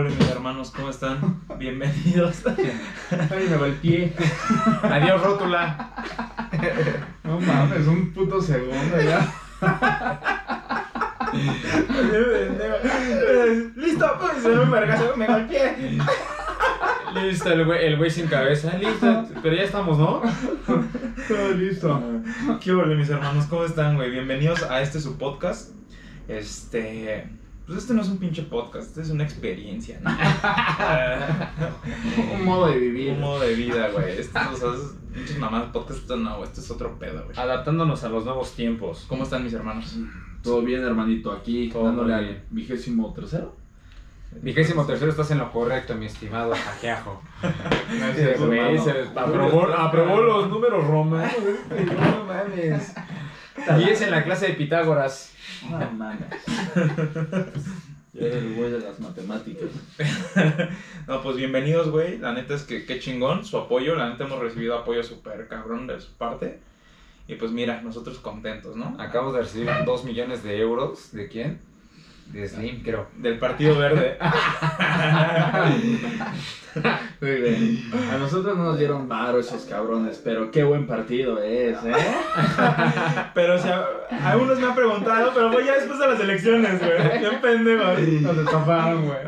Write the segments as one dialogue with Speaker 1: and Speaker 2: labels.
Speaker 1: hermanos, ¿cómo están? Bienvenidos.
Speaker 2: Ay, me va el pie.
Speaker 3: Adiós, rótula.
Speaker 2: No mames, un puto segundo ya.
Speaker 1: Listo, pues se me vergazo, me golpeé.
Speaker 3: Listo, el güey, el güey sin cabeza. Listo, pero ya estamos, ¿no?
Speaker 2: Todo listo.
Speaker 1: ¿Qué hola mis hermanos? ¿Cómo están, güey? Bienvenidos a este su podcast. Este. Pues este no es un pinche podcast, este es una experiencia, ¿no?
Speaker 2: Un modo de vivir.
Speaker 1: Un modo de vida, güey. Este, o sea, es- muchos mamás podcast, esto no, güey. Esto es otro pedo, güey.
Speaker 3: Adaptándonos a los nuevos tiempos.
Speaker 1: ¿Cómo están mis hermanos?
Speaker 2: Todo bien, hermanito. Aquí
Speaker 3: Todo
Speaker 2: dándole
Speaker 3: muy
Speaker 2: al
Speaker 3: bien.
Speaker 2: vigésimo tercero.
Speaker 3: Vigésimo tercero, estás en lo correcto, mi estimado Jaqueajo.
Speaker 2: Gracias,
Speaker 3: Güey,
Speaker 2: hermano.
Speaker 3: se- aprobó, aprobó los números romanos. este, No mames. 10 en la clase de Pitágoras.
Speaker 4: No mames. Yo era el güey de las matemáticas.
Speaker 1: No, pues bienvenidos, güey. La neta es que qué chingón su apoyo. La neta hemos recibido apoyo súper cabrón de su parte. Y pues mira, nosotros contentos, ¿no?
Speaker 3: Acabo de recibir 2 millones de euros. ¿De quién? De Slim, creo.
Speaker 1: Del Partido Verde.
Speaker 2: Muy bien.
Speaker 4: A nosotros no nos dieron varo esos cabrones, pero qué buen partido es, ¿eh?
Speaker 1: Pero, o sea, algunos me han preguntado, pero voy ya después de las elecciones, güey. Qué pendejo.
Speaker 2: Nos estafaron, güey.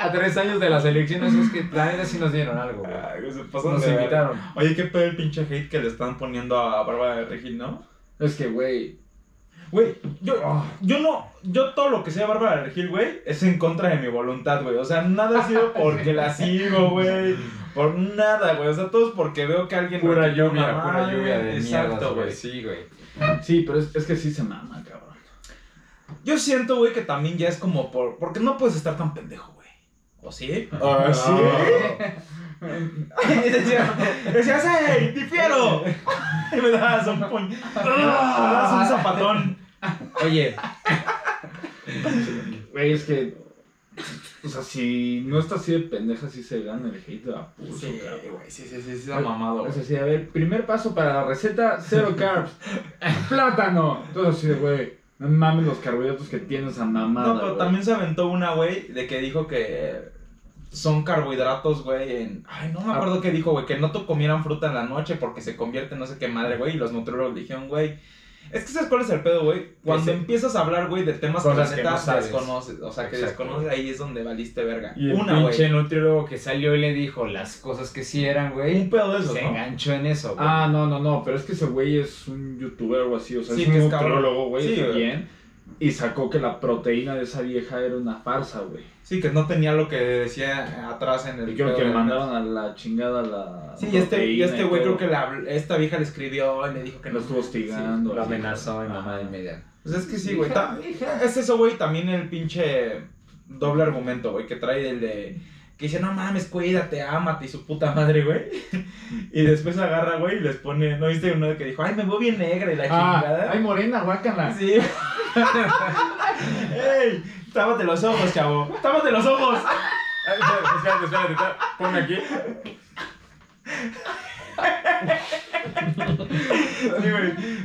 Speaker 3: A tres años de las elecciones es que la neta sí nos dieron algo, güey.
Speaker 1: Ay, güey, se pasan
Speaker 3: Nos
Speaker 1: de verga.
Speaker 3: invitaron.
Speaker 1: Oye, qué pedo el pinche hate que le están poniendo a Bárbara de Regil, ¿no?
Speaker 2: Es que, güey.
Speaker 1: Güey, yo, yo no, yo todo lo que sea Bárbara de Regil, güey, es en contra de mi voluntad, güey. O sea, nada ha sido porque la sigo, güey. Por nada, güey. O sea, todo es porque veo que alguien...
Speaker 3: Pura
Speaker 1: retuiteó una
Speaker 3: lluvia, pura
Speaker 1: madre.
Speaker 3: lluvia de mierdas,
Speaker 1: Exacto,
Speaker 3: güey.
Speaker 1: güey.
Speaker 3: Sí, güey.
Speaker 2: Sí, pero es, es que sí se mama, cabrón.
Speaker 1: Yo siento, güey, que también ya es como por... Porque no puedes estar tan pendejo, güey. ¿O sí?
Speaker 3: Ah,
Speaker 1: Y decía, decías, ¡hey, difiero! Y me dabas un puño. Me dabas un zapatón.
Speaker 3: Oye,
Speaker 2: Güey, es que. O sea, si no está así de pendeja, sí se gana el hate a pulso, cabrón.
Speaker 1: sí, sí, sí, sí,
Speaker 2: está
Speaker 1: mamado,
Speaker 2: Es así, a ver, primer paso para la receta, cero carbs. Plátano. Todo así de, güey. No mames los carbohidratos que tiene esa mamada.
Speaker 1: No, pero
Speaker 2: güey.
Speaker 1: también se aventó una, güey, de que dijo que son carbohidratos, güey, en... Ay, no me acuerdo qué dijo, güey, que no te comieran fruta en la noche porque se convierte en no sé qué madre, güey, y los nutriólogos dijeron, güey... Es que sabes cuál es el pedo, güey. Cuando
Speaker 3: Ese.
Speaker 1: empiezas a hablar, güey, de temas que la
Speaker 3: Cosas que
Speaker 1: neta
Speaker 3: no sabes.
Speaker 1: desconoces, o sea, que
Speaker 3: Exacto.
Speaker 1: desconoces, ahí es donde valiste verga.
Speaker 3: y el
Speaker 1: Una,
Speaker 3: pinche
Speaker 1: güey.
Speaker 3: nutriólogo que salió y le dijo las cosas que sí
Speaker 1: Un
Speaker 3: eran, güey.
Speaker 1: pedo de eso,
Speaker 3: Se
Speaker 1: ¿no?
Speaker 3: enganchó en eso, güey.
Speaker 2: Ah, no, no, no, pero es que ese güey es un youtuber o algo así, o sea,
Speaker 1: Sí,
Speaker 2: es un
Speaker 1: que es cabrón.
Speaker 2: nutriólogo, güey,
Speaker 1: Sí,
Speaker 2: está
Speaker 1: güey.
Speaker 2: bien. Y sacó que la proteína de esa vieja era una farsa, güey.
Speaker 1: Sí, que no tenía lo que decía atrás en el.
Speaker 2: Y creo
Speaker 1: pedo
Speaker 2: que
Speaker 1: del-
Speaker 2: mandaron a la chingada la.
Speaker 1: Sí, y este, y
Speaker 2: proteína
Speaker 1: este güey
Speaker 2: todo.
Speaker 1: creo que la- esta vieja le escribió y le dijo que
Speaker 2: Lo estuvo hostigando.
Speaker 3: lo
Speaker 2: así.
Speaker 3: amenazó mi
Speaker 2: Ajá.
Speaker 3: mamá de media.
Speaker 1: Pues es que sí, güey. ta- Es eso, güey. También el pinche doble argumento, güey, que trae el de. Que dice, no mames, cuídate, ámate y su puta madre, güey. Y después agarra, güey, y les pone. ¿No viste uno que dijo, ay, me veo bien negra y la
Speaker 2: Ah,
Speaker 1: chingada?
Speaker 2: ay, morena, guácala.
Speaker 1: Sí. ¡Ey! Tápate los ojos, chavo. Tápate los ojos.
Speaker 3: Espérate, espérate, espérate. Ponme aquí.
Speaker 1: Sí, güey.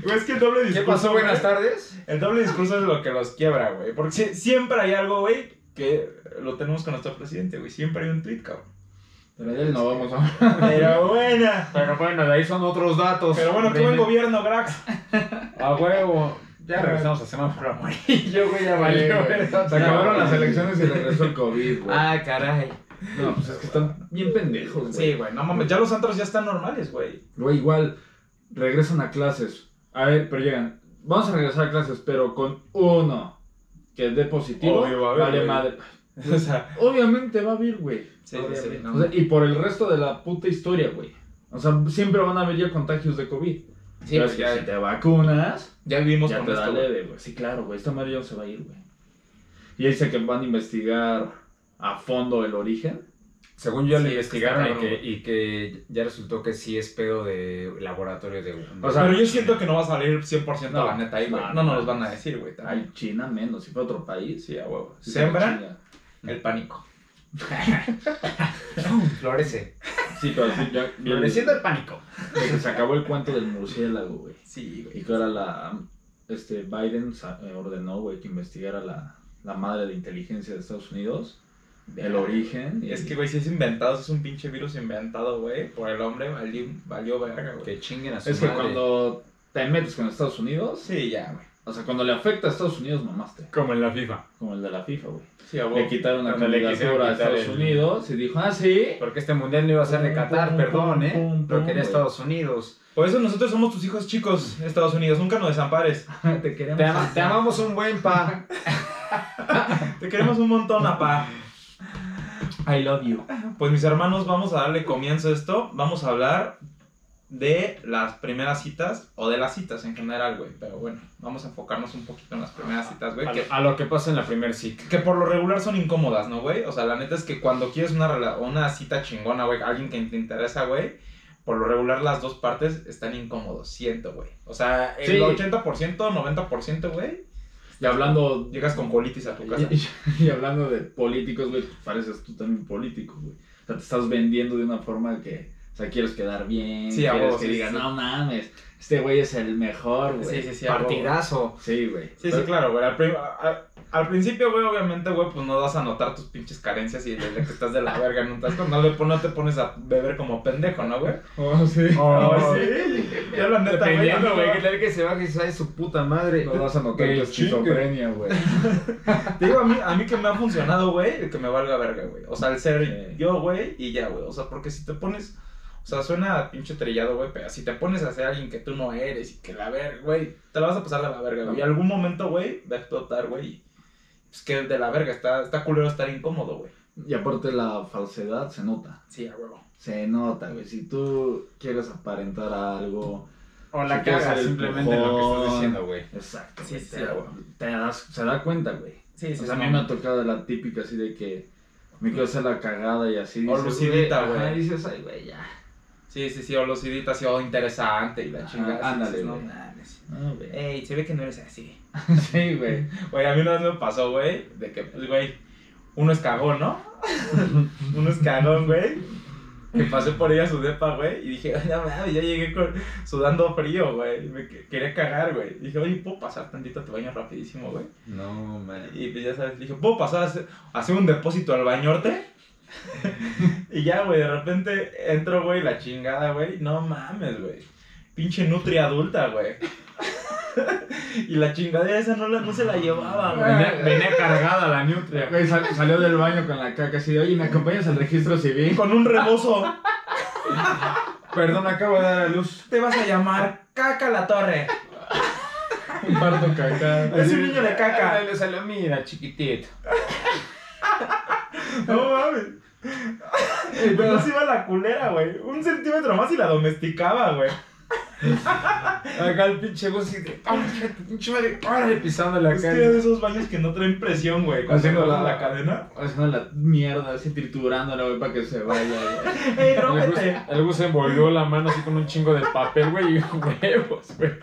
Speaker 1: Güey, Es que el doble
Speaker 3: ¿Qué
Speaker 1: discurso,
Speaker 3: pasó?
Speaker 1: güey.
Speaker 3: Buenas tardes.
Speaker 1: El doble discurso es lo que los quiebra, güey. Porque sie- siempre hay algo, güey, que lo tenemos con nuestro presidente, güey. Siempre hay un tweet, cabrón.
Speaker 2: Pero de él no vamos a.
Speaker 1: Pero buena.
Speaker 3: Pero bueno, de ahí son otros datos.
Speaker 1: Pero bueno, qué buen gobierno, Grax.
Speaker 3: A huevo. Ya regresamos a semáforo amarillo, güey, ya valió.
Speaker 2: güey.
Speaker 3: verga.
Speaker 2: Se acabaron las elecciones y regresó el COVID, güey.
Speaker 3: Ah, caray.
Speaker 2: No, pues es que están bien pendejos, güey.
Speaker 1: Sí, güey, no mames. Ya los antros ya están normales, güey.
Speaker 2: Güey, igual regresan a clases. A ver, pero llegan. Vamos a regresar a clases, pero con uno que dé positivo.
Speaker 1: Obvio, va a haber,
Speaker 2: vale
Speaker 1: güey.
Speaker 2: madre.
Speaker 1: O sea,
Speaker 2: Obviamente va a haber, güey.
Speaker 1: sí, sí, sí.
Speaker 4: Obviamente.
Speaker 1: no.
Speaker 2: O sea, y por el resto de la puta historia, güey. O sea, siempre van a haber ya contagios de COVID.
Speaker 1: Sí, güey,
Speaker 2: Pero es que si
Speaker 1: ya,
Speaker 2: te vacunas,
Speaker 1: ya vivimos
Speaker 2: ya
Speaker 1: con
Speaker 2: te da
Speaker 1: esto. güey.
Speaker 2: leve, güey. Sí, claro, güey. Esta madre ya no se va a ir, güey. Y dice que van a investigar a fondo el origen.
Speaker 3: Según yo
Speaker 1: Sí,
Speaker 3: lo
Speaker 1: es que
Speaker 3: investigaron
Speaker 1: está
Speaker 3: y que,
Speaker 1: cabrón,
Speaker 3: y que ya resultó que sí es pedo de laboratorio de un...
Speaker 2: O sea,
Speaker 1: Pero yo siento que no va a salir 100%
Speaker 2: No,
Speaker 1: la neta ahí, güey.
Speaker 2: no,
Speaker 1: No
Speaker 2: no.
Speaker 1: nos los van a decir, güey. también.
Speaker 2: Ay, China menos. Si fue otro país.
Speaker 1: Sí, a huevo.
Speaker 2: sí se
Speaker 1: Sembra
Speaker 2: chinga.
Speaker 1: el pánico.
Speaker 3: florece.
Speaker 2: Sí, pero sí, ya.
Speaker 3: Floreciendo el pánico.
Speaker 2: Pues se acabó el cuento del murciélago, güey.
Speaker 1: Sí, güey.
Speaker 2: Y que ahora la. Este, Biden sa- eh, ordenó, güey, que investigara la, la madre de inteligencia de Estados Unidos
Speaker 4: el origen. y-
Speaker 1: Es que, güey, si es inventado, si es un pinche virus inventado, güey, por el hombre valió, valió verga, güey.
Speaker 3: Que chinguen a su
Speaker 2: Es que
Speaker 3: madre.
Speaker 2: cuando te metes con Estados Unidos,
Speaker 1: Sí, ya, güey.
Speaker 2: o sea, cuando le afecta a Estados Unidos, mamaste.
Speaker 3: Como en la FIFA.
Speaker 4: Como el de la FIFA, güey.
Speaker 1: Sí, a
Speaker 2: Le
Speaker 1: huevo.
Speaker 2: quitaron la
Speaker 3: Cuando le quisieron
Speaker 2: candidatura a
Speaker 3: quitar
Speaker 2: Estados
Speaker 3: el-
Speaker 2: Unidos y dijo, ah, sí.
Speaker 3: Porque este mundial no iba a ser de
Speaker 2: Pum,
Speaker 3: Qatar,
Speaker 2: pum,
Speaker 3: perdón,
Speaker 2: pum,
Speaker 3: ¿eh?
Speaker 2: pum,
Speaker 3: Pero
Speaker 2: pum,
Speaker 3: quería
Speaker 2: güey.
Speaker 3: Estados Unidos.
Speaker 1: Por eso nosotros somos tus hijos chicos, Estados Unidos. Nunca nos desampares.
Speaker 2: Te queremos.
Speaker 3: Te, ama- te amamos un buen pa.
Speaker 1: Te queremos un montón, apá.
Speaker 2: I love you.
Speaker 1: Pues mis hermanos, vamos a darle comienzo a esto. Vamos a hablar de las primeras citas o de las citas en general, güey. Pero bueno, vamos a enfocarnos un poquito en las primeras citas, güey.
Speaker 3: A
Speaker 1: Que,
Speaker 3: lo, a lo que pasa en la primer cita.
Speaker 1: que por lo regular son incómodas, ¿no, güey? O sea, la neta es que cuando quieres una, rela- una cita chingona, güey, alguien que te interesa, güey, por lo regular las dos partes están incómodos, siento, güey. O sea, el
Speaker 2: Sí.
Speaker 1: 80%, 90%, güey,
Speaker 2: Y hablando,
Speaker 1: llegas con colitis a tu casa.
Speaker 2: y, y- y hablando de políticos, güey, pareces tú también político, güey. O sea, te estás vendiendo de una forma que, o sea, quieres quedar bien.
Speaker 1: Sí, a
Speaker 2: quieres
Speaker 1: huevo,
Speaker 2: que
Speaker 1: sí,
Speaker 2: digan,
Speaker 1: sí, sí.
Speaker 2: no mames, este güey es el mejor, güey.
Speaker 1: Sí, sí, sí. a huevo, güey.
Speaker 3: Partidazo.
Speaker 2: Sí, güey.
Speaker 1: Sí, sí, claro, güey. Al, prim- a- a- al principio, güey, obviamente, güey, pues no vas a notar tus pinches carencias y desde que estás de la verga en un tasco, no, le pon- no te pones a beber como pendejo, ¿no, güey?
Speaker 2: Oh, sí.
Speaker 3: Oh,
Speaker 1: No,
Speaker 3: sí.
Speaker 1: Yo la neta, güey. a mí
Speaker 3: Dependiendo,
Speaker 1: me
Speaker 3: güey.
Speaker 1: va-
Speaker 3: Que tal que se va que se vaya su puta madre.
Speaker 2: No vas a notar
Speaker 3: Que
Speaker 2: tu
Speaker 3: chingue.
Speaker 2: esquizofrenia, güey.
Speaker 1: Te digo, a mí, a mí que me ha funcionado, güey, el que me valga verga, güey. O sea, el ser
Speaker 2: Sí.
Speaker 1: yo, güey, y ya, güey. O sea, porque si te pones. O sea, suena pinche trillado, güey, pero si te pones a ser alguien que tú no eres y que la verga, güey, te la vas a pasar de la verga, güey. Y algún momento, güey, va a explotar, güey. Es que de la verga, está, está culero estar incómodo, güey.
Speaker 4: Y aparte la falsedad se nota.
Speaker 1: Sí, a huevo.
Speaker 4: Se nota, güey. Si tú quieres aparentar algo.
Speaker 3: O
Speaker 4: la cagas simplemente en lo que estás diciendo,
Speaker 3: güey.
Speaker 4: Exacto,
Speaker 1: Sí,
Speaker 4: güey,
Speaker 1: sí,
Speaker 4: te-
Speaker 1: a huevo.
Speaker 4: te das, se da cuenta, güey.
Speaker 1: Sí, sí,
Speaker 4: O sea, a mí
Speaker 1: sí.
Speaker 4: me ha tocado de la típica así de que me quiero hacer la cagada y así.
Speaker 1: O
Speaker 4: dices,
Speaker 1: lucidita,
Speaker 4: ajá,
Speaker 1: güey.
Speaker 4: dices, ay, güey, ya.
Speaker 1: Sí, sí, sí, o lucidita, así, o interesante y la
Speaker 4: Ajá,
Speaker 1: chingada. sí,
Speaker 4: ándale,
Speaker 1: dices, Ah, no
Speaker 4: güey.
Speaker 1: mames.
Speaker 4: No, güey.
Speaker 1: Ey, se ve que no eres así.
Speaker 4: Sí, güey.
Speaker 1: Güey, a mí una vez me pasó, güey, de que, pues, güey, uno es cagón, ¿no? uno es cagón, güey. Que pasé por ella su depa, güey, y dije, "Ay, no mames, ya llegué con- sudando frío, güey. y Me que- quería cagar, güey. Dije, oye, ¿puedo pasar tantito a tu baño rapidísimo, güey?
Speaker 3: No, man.
Speaker 1: Y pues ya sabes, dije, ¿puedo pasar a hacer, a hacer un depósito al bañorte? y ya, güey, de repente entro, güey, la chingada, güey. No mames, güey. Pinche nutri adulta, güey. y la chingadera esa no, la, no se la llevaba, güey.
Speaker 3: Venía, venía cargada la nutria.
Speaker 2: Güey, sal- salió del baño con la caca así de, oye, ¿me acompañas al registro civil?
Speaker 1: Con un rebozo.
Speaker 3: Perdón, acabo de dar a luz.
Speaker 1: Te vas a llamar Caca la Torre.
Speaker 2: Un parto caca.
Speaker 1: Es un niño de caca.
Speaker 3: Le salió, mira, chiquitito.
Speaker 1: No mames. Pero se iba la culera, güey. Un centímetro más y la domesticaba, güey.
Speaker 3: Acá el pinche Gus y de, "Ah, hija de tu pinche madre, órale, pisándole acá.
Speaker 1: Es que era de esos baños que no traen presión, güey. Cuando
Speaker 2: Haciendo
Speaker 1: la,
Speaker 2: la-
Speaker 1: la cadena.
Speaker 2: Haciendo la mierda, así triturándola, güey, para que se vaya, güey.
Speaker 1: ¡Ey,
Speaker 3: El Gus,
Speaker 1: rómpete!
Speaker 3: el Gus envolvió la mano así con un chingo de papel, güey, y huevos, güey.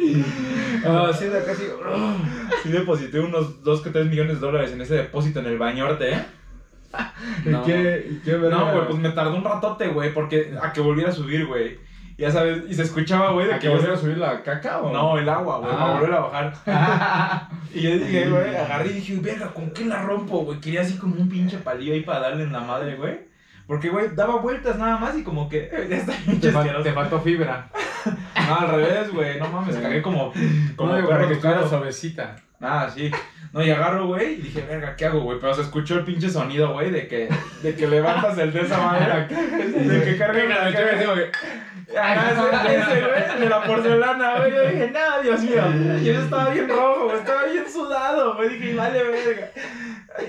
Speaker 3: Ah, Así de ah. acá, así. "Ugh".
Speaker 1: Sí deposité unos 2 que 3 millones de dólares en ese depósito en el bañorte, ¿eh?
Speaker 2: ¿Y qué, y qué verga?
Speaker 1: No, güey, pues me tardó un ratote, güey, porque a que volviera a subir, güey. Ya sabes, y se escuchaba, güey, de
Speaker 2: ¿A que
Speaker 1: yo-
Speaker 2: volviera a subir la caca o
Speaker 1: No, el agua, güey,
Speaker 2: Ah.
Speaker 1: para volver a bajar. y yo dije, güey, agarré y dije, verga, ¿con qué la rompo, güey? Quería así como un pinche palillo ahí para darle en la madre, güey. Porque, güey, daba vueltas nada más y como que, eh, ya está pinche
Speaker 3: Te, fal-
Speaker 1: asqueroso.
Speaker 3: te faltó fibra.
Speaker 1: No, al revés, güey, no mames,
Speaker 2: Sí.
Speaker 1: cagué como, como
Speaker 3: Como
Speaker 1: perro
Speaker 3: para que
Speaker 1: tocado.
Speaker 3: estuviera suavecita.
Speaker 1: Ah, sí. No, y agarro, güey, y dije, verga, ¿qué hago, güey? Pero se escuchó el pinche sonido, güey, de que, de que levantas el de esa manera. De que cargas la
Speaker 3: Yo me
Speaker 1: caja.
Speaker 3: tengo que-
Speaker 1: Ah, ese, ese, güey, de la porcelana, güey. Yo dije, no, Dios mío. Yo estaba bien rojo, güey, estaba bien sudado, güey. Dije, vale, verga.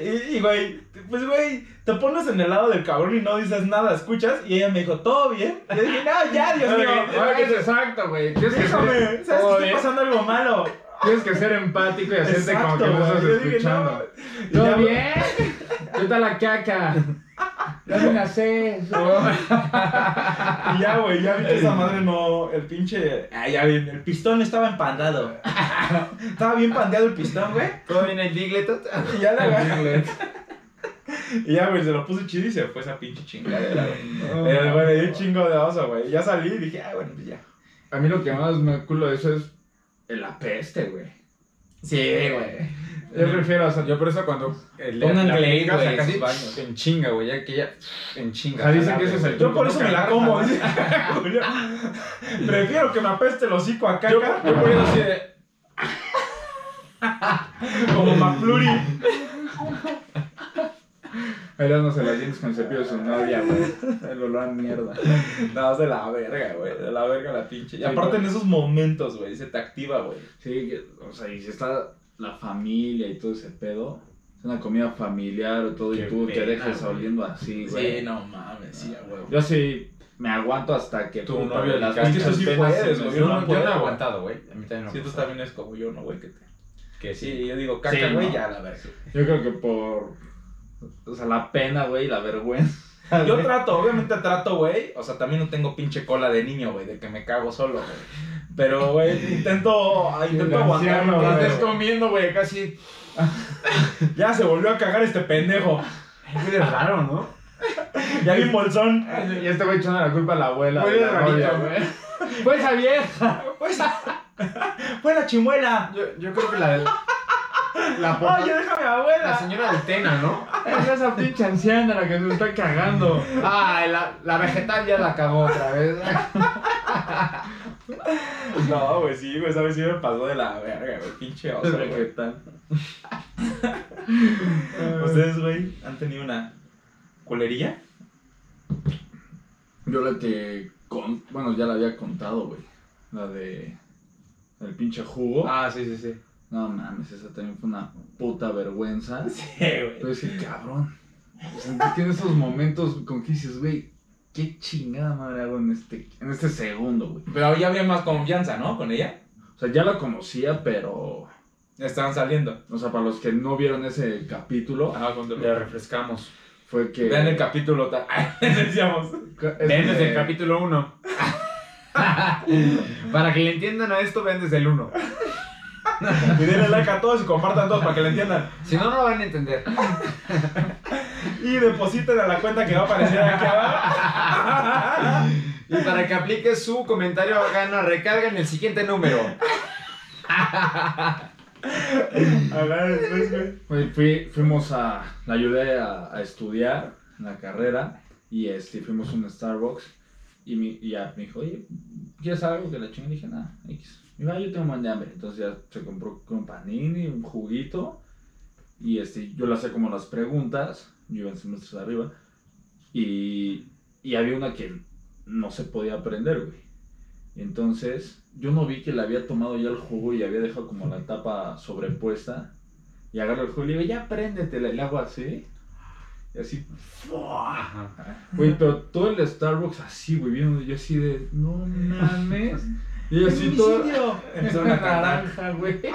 Speaker 1: Y, y, güey, pues, güey, te pones en el lado del cabrón y no dices nada, escuchas. Y ella me dijo, ¿todo bien? Yo dije, no, ya, Dios mío.
Speaker 2: Ahora que es exacto, güey. Tienes que, ser,
Speaker 1: Déjame, ¿sabes que está pasando algo malo?
Speaker 2: tienes que ser empático y hacerte como que no
Speaker 1: güey.
Speaker 2: estás
Speaker 1: Yo dije,
Speaker 2: escuchando.
Speaker 1: no.
Speaker 2: ¿Todo
Speaker 1: Ya, güey.
Speaker 2: bien? ¿Qué tal la caca? Ya me la sé.
Speaker 1: Y ya, güey, ya vi que esa madre no. El pinche. Ah, ya vi, el pistón estaba empandado. estaba bien pandeado el pistón, güey.
Speaker 3: ¿Todo bien el digleto?
Speaker 1: Y ya la agarré. Y ya, güey, se lo puse chido y se fue esa pinche chingadera, güey.
Speaker 2: Eh,
Speaker 1: Pero, güey, le di un chingo de oso, güey. Ya salí y dije, ah, bueno, pues ya.
Speaker 2: A mí lo que más me culo de eso es la peste, güey.
Speaker 1: Sí, güey.
Speaker 2: Yo prefiero, o sea,
Speaker 3: Yo por eso cuando eh,
Speaker 4: Pongan
Speaker 3: la
Speaker 4: Glade,
Speaker 3: aplicas
Speaker 4: güey,
Speaker 3: acá
Speaker 4: en
Speaker 3: sí,
Speaker 4: sus baños.
Speaker 3: en chinga, güey, ya que ya en chinga.
Speaker 2: O sea, dicen
Speaker 3: jalada,
Speaker 2: que ese es
Speaker 3: güey.
Speaker 2: el
Speaker 1: Yo por eso me la
Speaker 3: Cagar,
Speaker 1: como.
Speaker 3: jalar.
Speaker 1: dice Julio. Prefiero que me apeste el hocico a
Speaker 3: Yo,
Speaker 1: caca.
Speaker 3: yo por eso así de,
Speaker 1: Como McFlurry.
Speaker 2: pelándose las dientes con el cepillo de su novia, güey. El olor a mierda.
Speaker 1: No, es de la verga, güey. De la verga la pinche. Y
Speaker 2: Sí,
Speaker 1: aparte
Speaker 2: güey.
Speaker 1: en esos momentos, güey, se te activa, güey.
Speaker 2: Sí, que- o sea, y si está la familia y todo ese pedo, es una comida familiar o todo,
Speaker 1: Qué
Speaker 2: y tú te
Speaker 1: pena,
Speaker 2: dejas
Speaker 1: güey.
Speaker 2: oliendo así, güey.
Speaker 1: no mames, sí, a huevo.
Speaker 2: Yo sí me aguanto hasta que
Speaker 3: Tu
Speaker 2: puta,
Speaker 3: novio
Speaker 2: las
Speaker 3: le cae.
Speaker 2: pinches
Speaker 3: Es que eso
Speaker 1: sí
Speaker 2: penas
Speaker 1: puedes,
Speaker 2: se me
Speaker 1: güey, no
Speaker 2: suben.
Speaker 3: yo no
Speaker 1: puedo,
Speaker 3: he
Speaker 1: güey.
Speaker 3: aguantado, güey. A mí también no
Speaker 1: Sí, tú también es como yo, no, güey, que te...
Speaker 3: Que
Speaker 1: Sí, yo digo, caca,
Speaker 2: Sí,
Speaker 1: güey,
Speaker 2: no.
Speaker 1: ya, la verga.
Speaker 2: Yo creo que por. O sea, la pena, güey, y la vergüenza.
Speaker 1: Yo
Speaker 2: güey.
Speaker 1: trato, obviamente trato, güey. O sea, también no tengo pinche cola de niño, güey, de que me cago solo, güey. Pero, güey, intento, ah, intento
Speaker 2: El
Speaker 1: aguantar.
Speaker 2: anciano,
Speaker 1: güey.
Speaker 2: güey.
Speaker 3: Estás comiendo, güey, casi.
Speaker 1: Ya se volvió a cagar este pendejo.
Speaker 3: Huele raro, ¿no?
Speaker 1: Ya vi bolsón.
Speaker 2: Y este güey echando la culpa a la abuela.
Speaker 3: Huele
Speaker 2: de la novia,
Speaker 3: rarito,
Speaker 2: güey.
Speaker 3: güey.
Speaker 2: Pues a vieja.
Speaker 1: Pues, buena chimuela.
Speaker 3: Yo, yo creo que la del. La, por-
Speaker 1: Oye, déjame,
Speaker 3: la
Speaker 1: abuela.
Speaker 3: señora del Tena, ¿no?
Speaker 2: Es esa pinche anciana la que se está cagando.
Speaker 3: Ah, la, la vegetal ya la cagó otra vez.
Speaker 1: No, güey, sí, güey, ¿sabes? Sí me pasó de la verga, güey, pinche oso, güey. ¿Ustedes, güey, han tenido una culería?
Speaker 2: Yo la que. Con... Bueno, ya la había contado, güey. La de. El pinche jugo.
Speaker 1: Ah, sí, sí, sí.
Speaker 2: No mames, esa también fue una puta vergüenza.
Speaker 1: Sí, güey.
Speaker 2: Pero es que cabrón. O sea, tiene esos momentos con que dices, güey, qué chingada madre hago en este, en este segundo, güey.
Speaker 1: Pero ya había más confianza, ¿no? Con ella.
Speaker 2: O sea, ya la conocía, pero.
Speaker 1: Estaban saliendo.
Speaker 2: O sea, para los que no vieron ese capítulo,
Speaker 1: Ajá, cuando
Speaker 3: Le refrescamos.
Speaker 2: fue que.
Speaker 1: Vean el capítulo. ta- Decíamos.
Speaker 2: es
Speaker 3: Ven desde
Speaker 2: de-
Speaker 3: el capítulo 1. Para que le entiendan a esto, ven desde el 1.
Speaker 1: Y denle like a todos y compartan todos para que lo entiendan.
Speaker 3: Si no, no lo van a entender.
Speaker 1: Y depositen a la cuenta que va a aparecer aquí abajo.
Speaker 3: Y para que aplique su comentario gana recarga en el siguiente número.
Speaker 1: A ver, después, güey.
Speaker 2: Güey, fui- fuimos a. La ayudé a, a estudiar en la carrera y este, fuimos a un Starbucks y, mi, y ya me dijo, oye, ¿quieres algo que la chingue? Dije, nada, X. Me dijo, "Ah, yo tengo un buen de hambre. Entonces ya se compró un panini, un juguito y este, yo le hacía como las preguntas, yo iba en semestres arriba y, y había una que no se podía aprender, güey. Y entonces yo no vi que le había tomado ya el jugo y había dejado como la tapa sobrepuesta. Y agarro el Julio y digo, ya préndetela. Y le hago así. Y así. Güey, pero todo el Starbucks así, güey. Viendo yo así de, no mames. Y así todo.
Speaker 1: Empezaron a cantar.
Speaker 2: naranja, güey.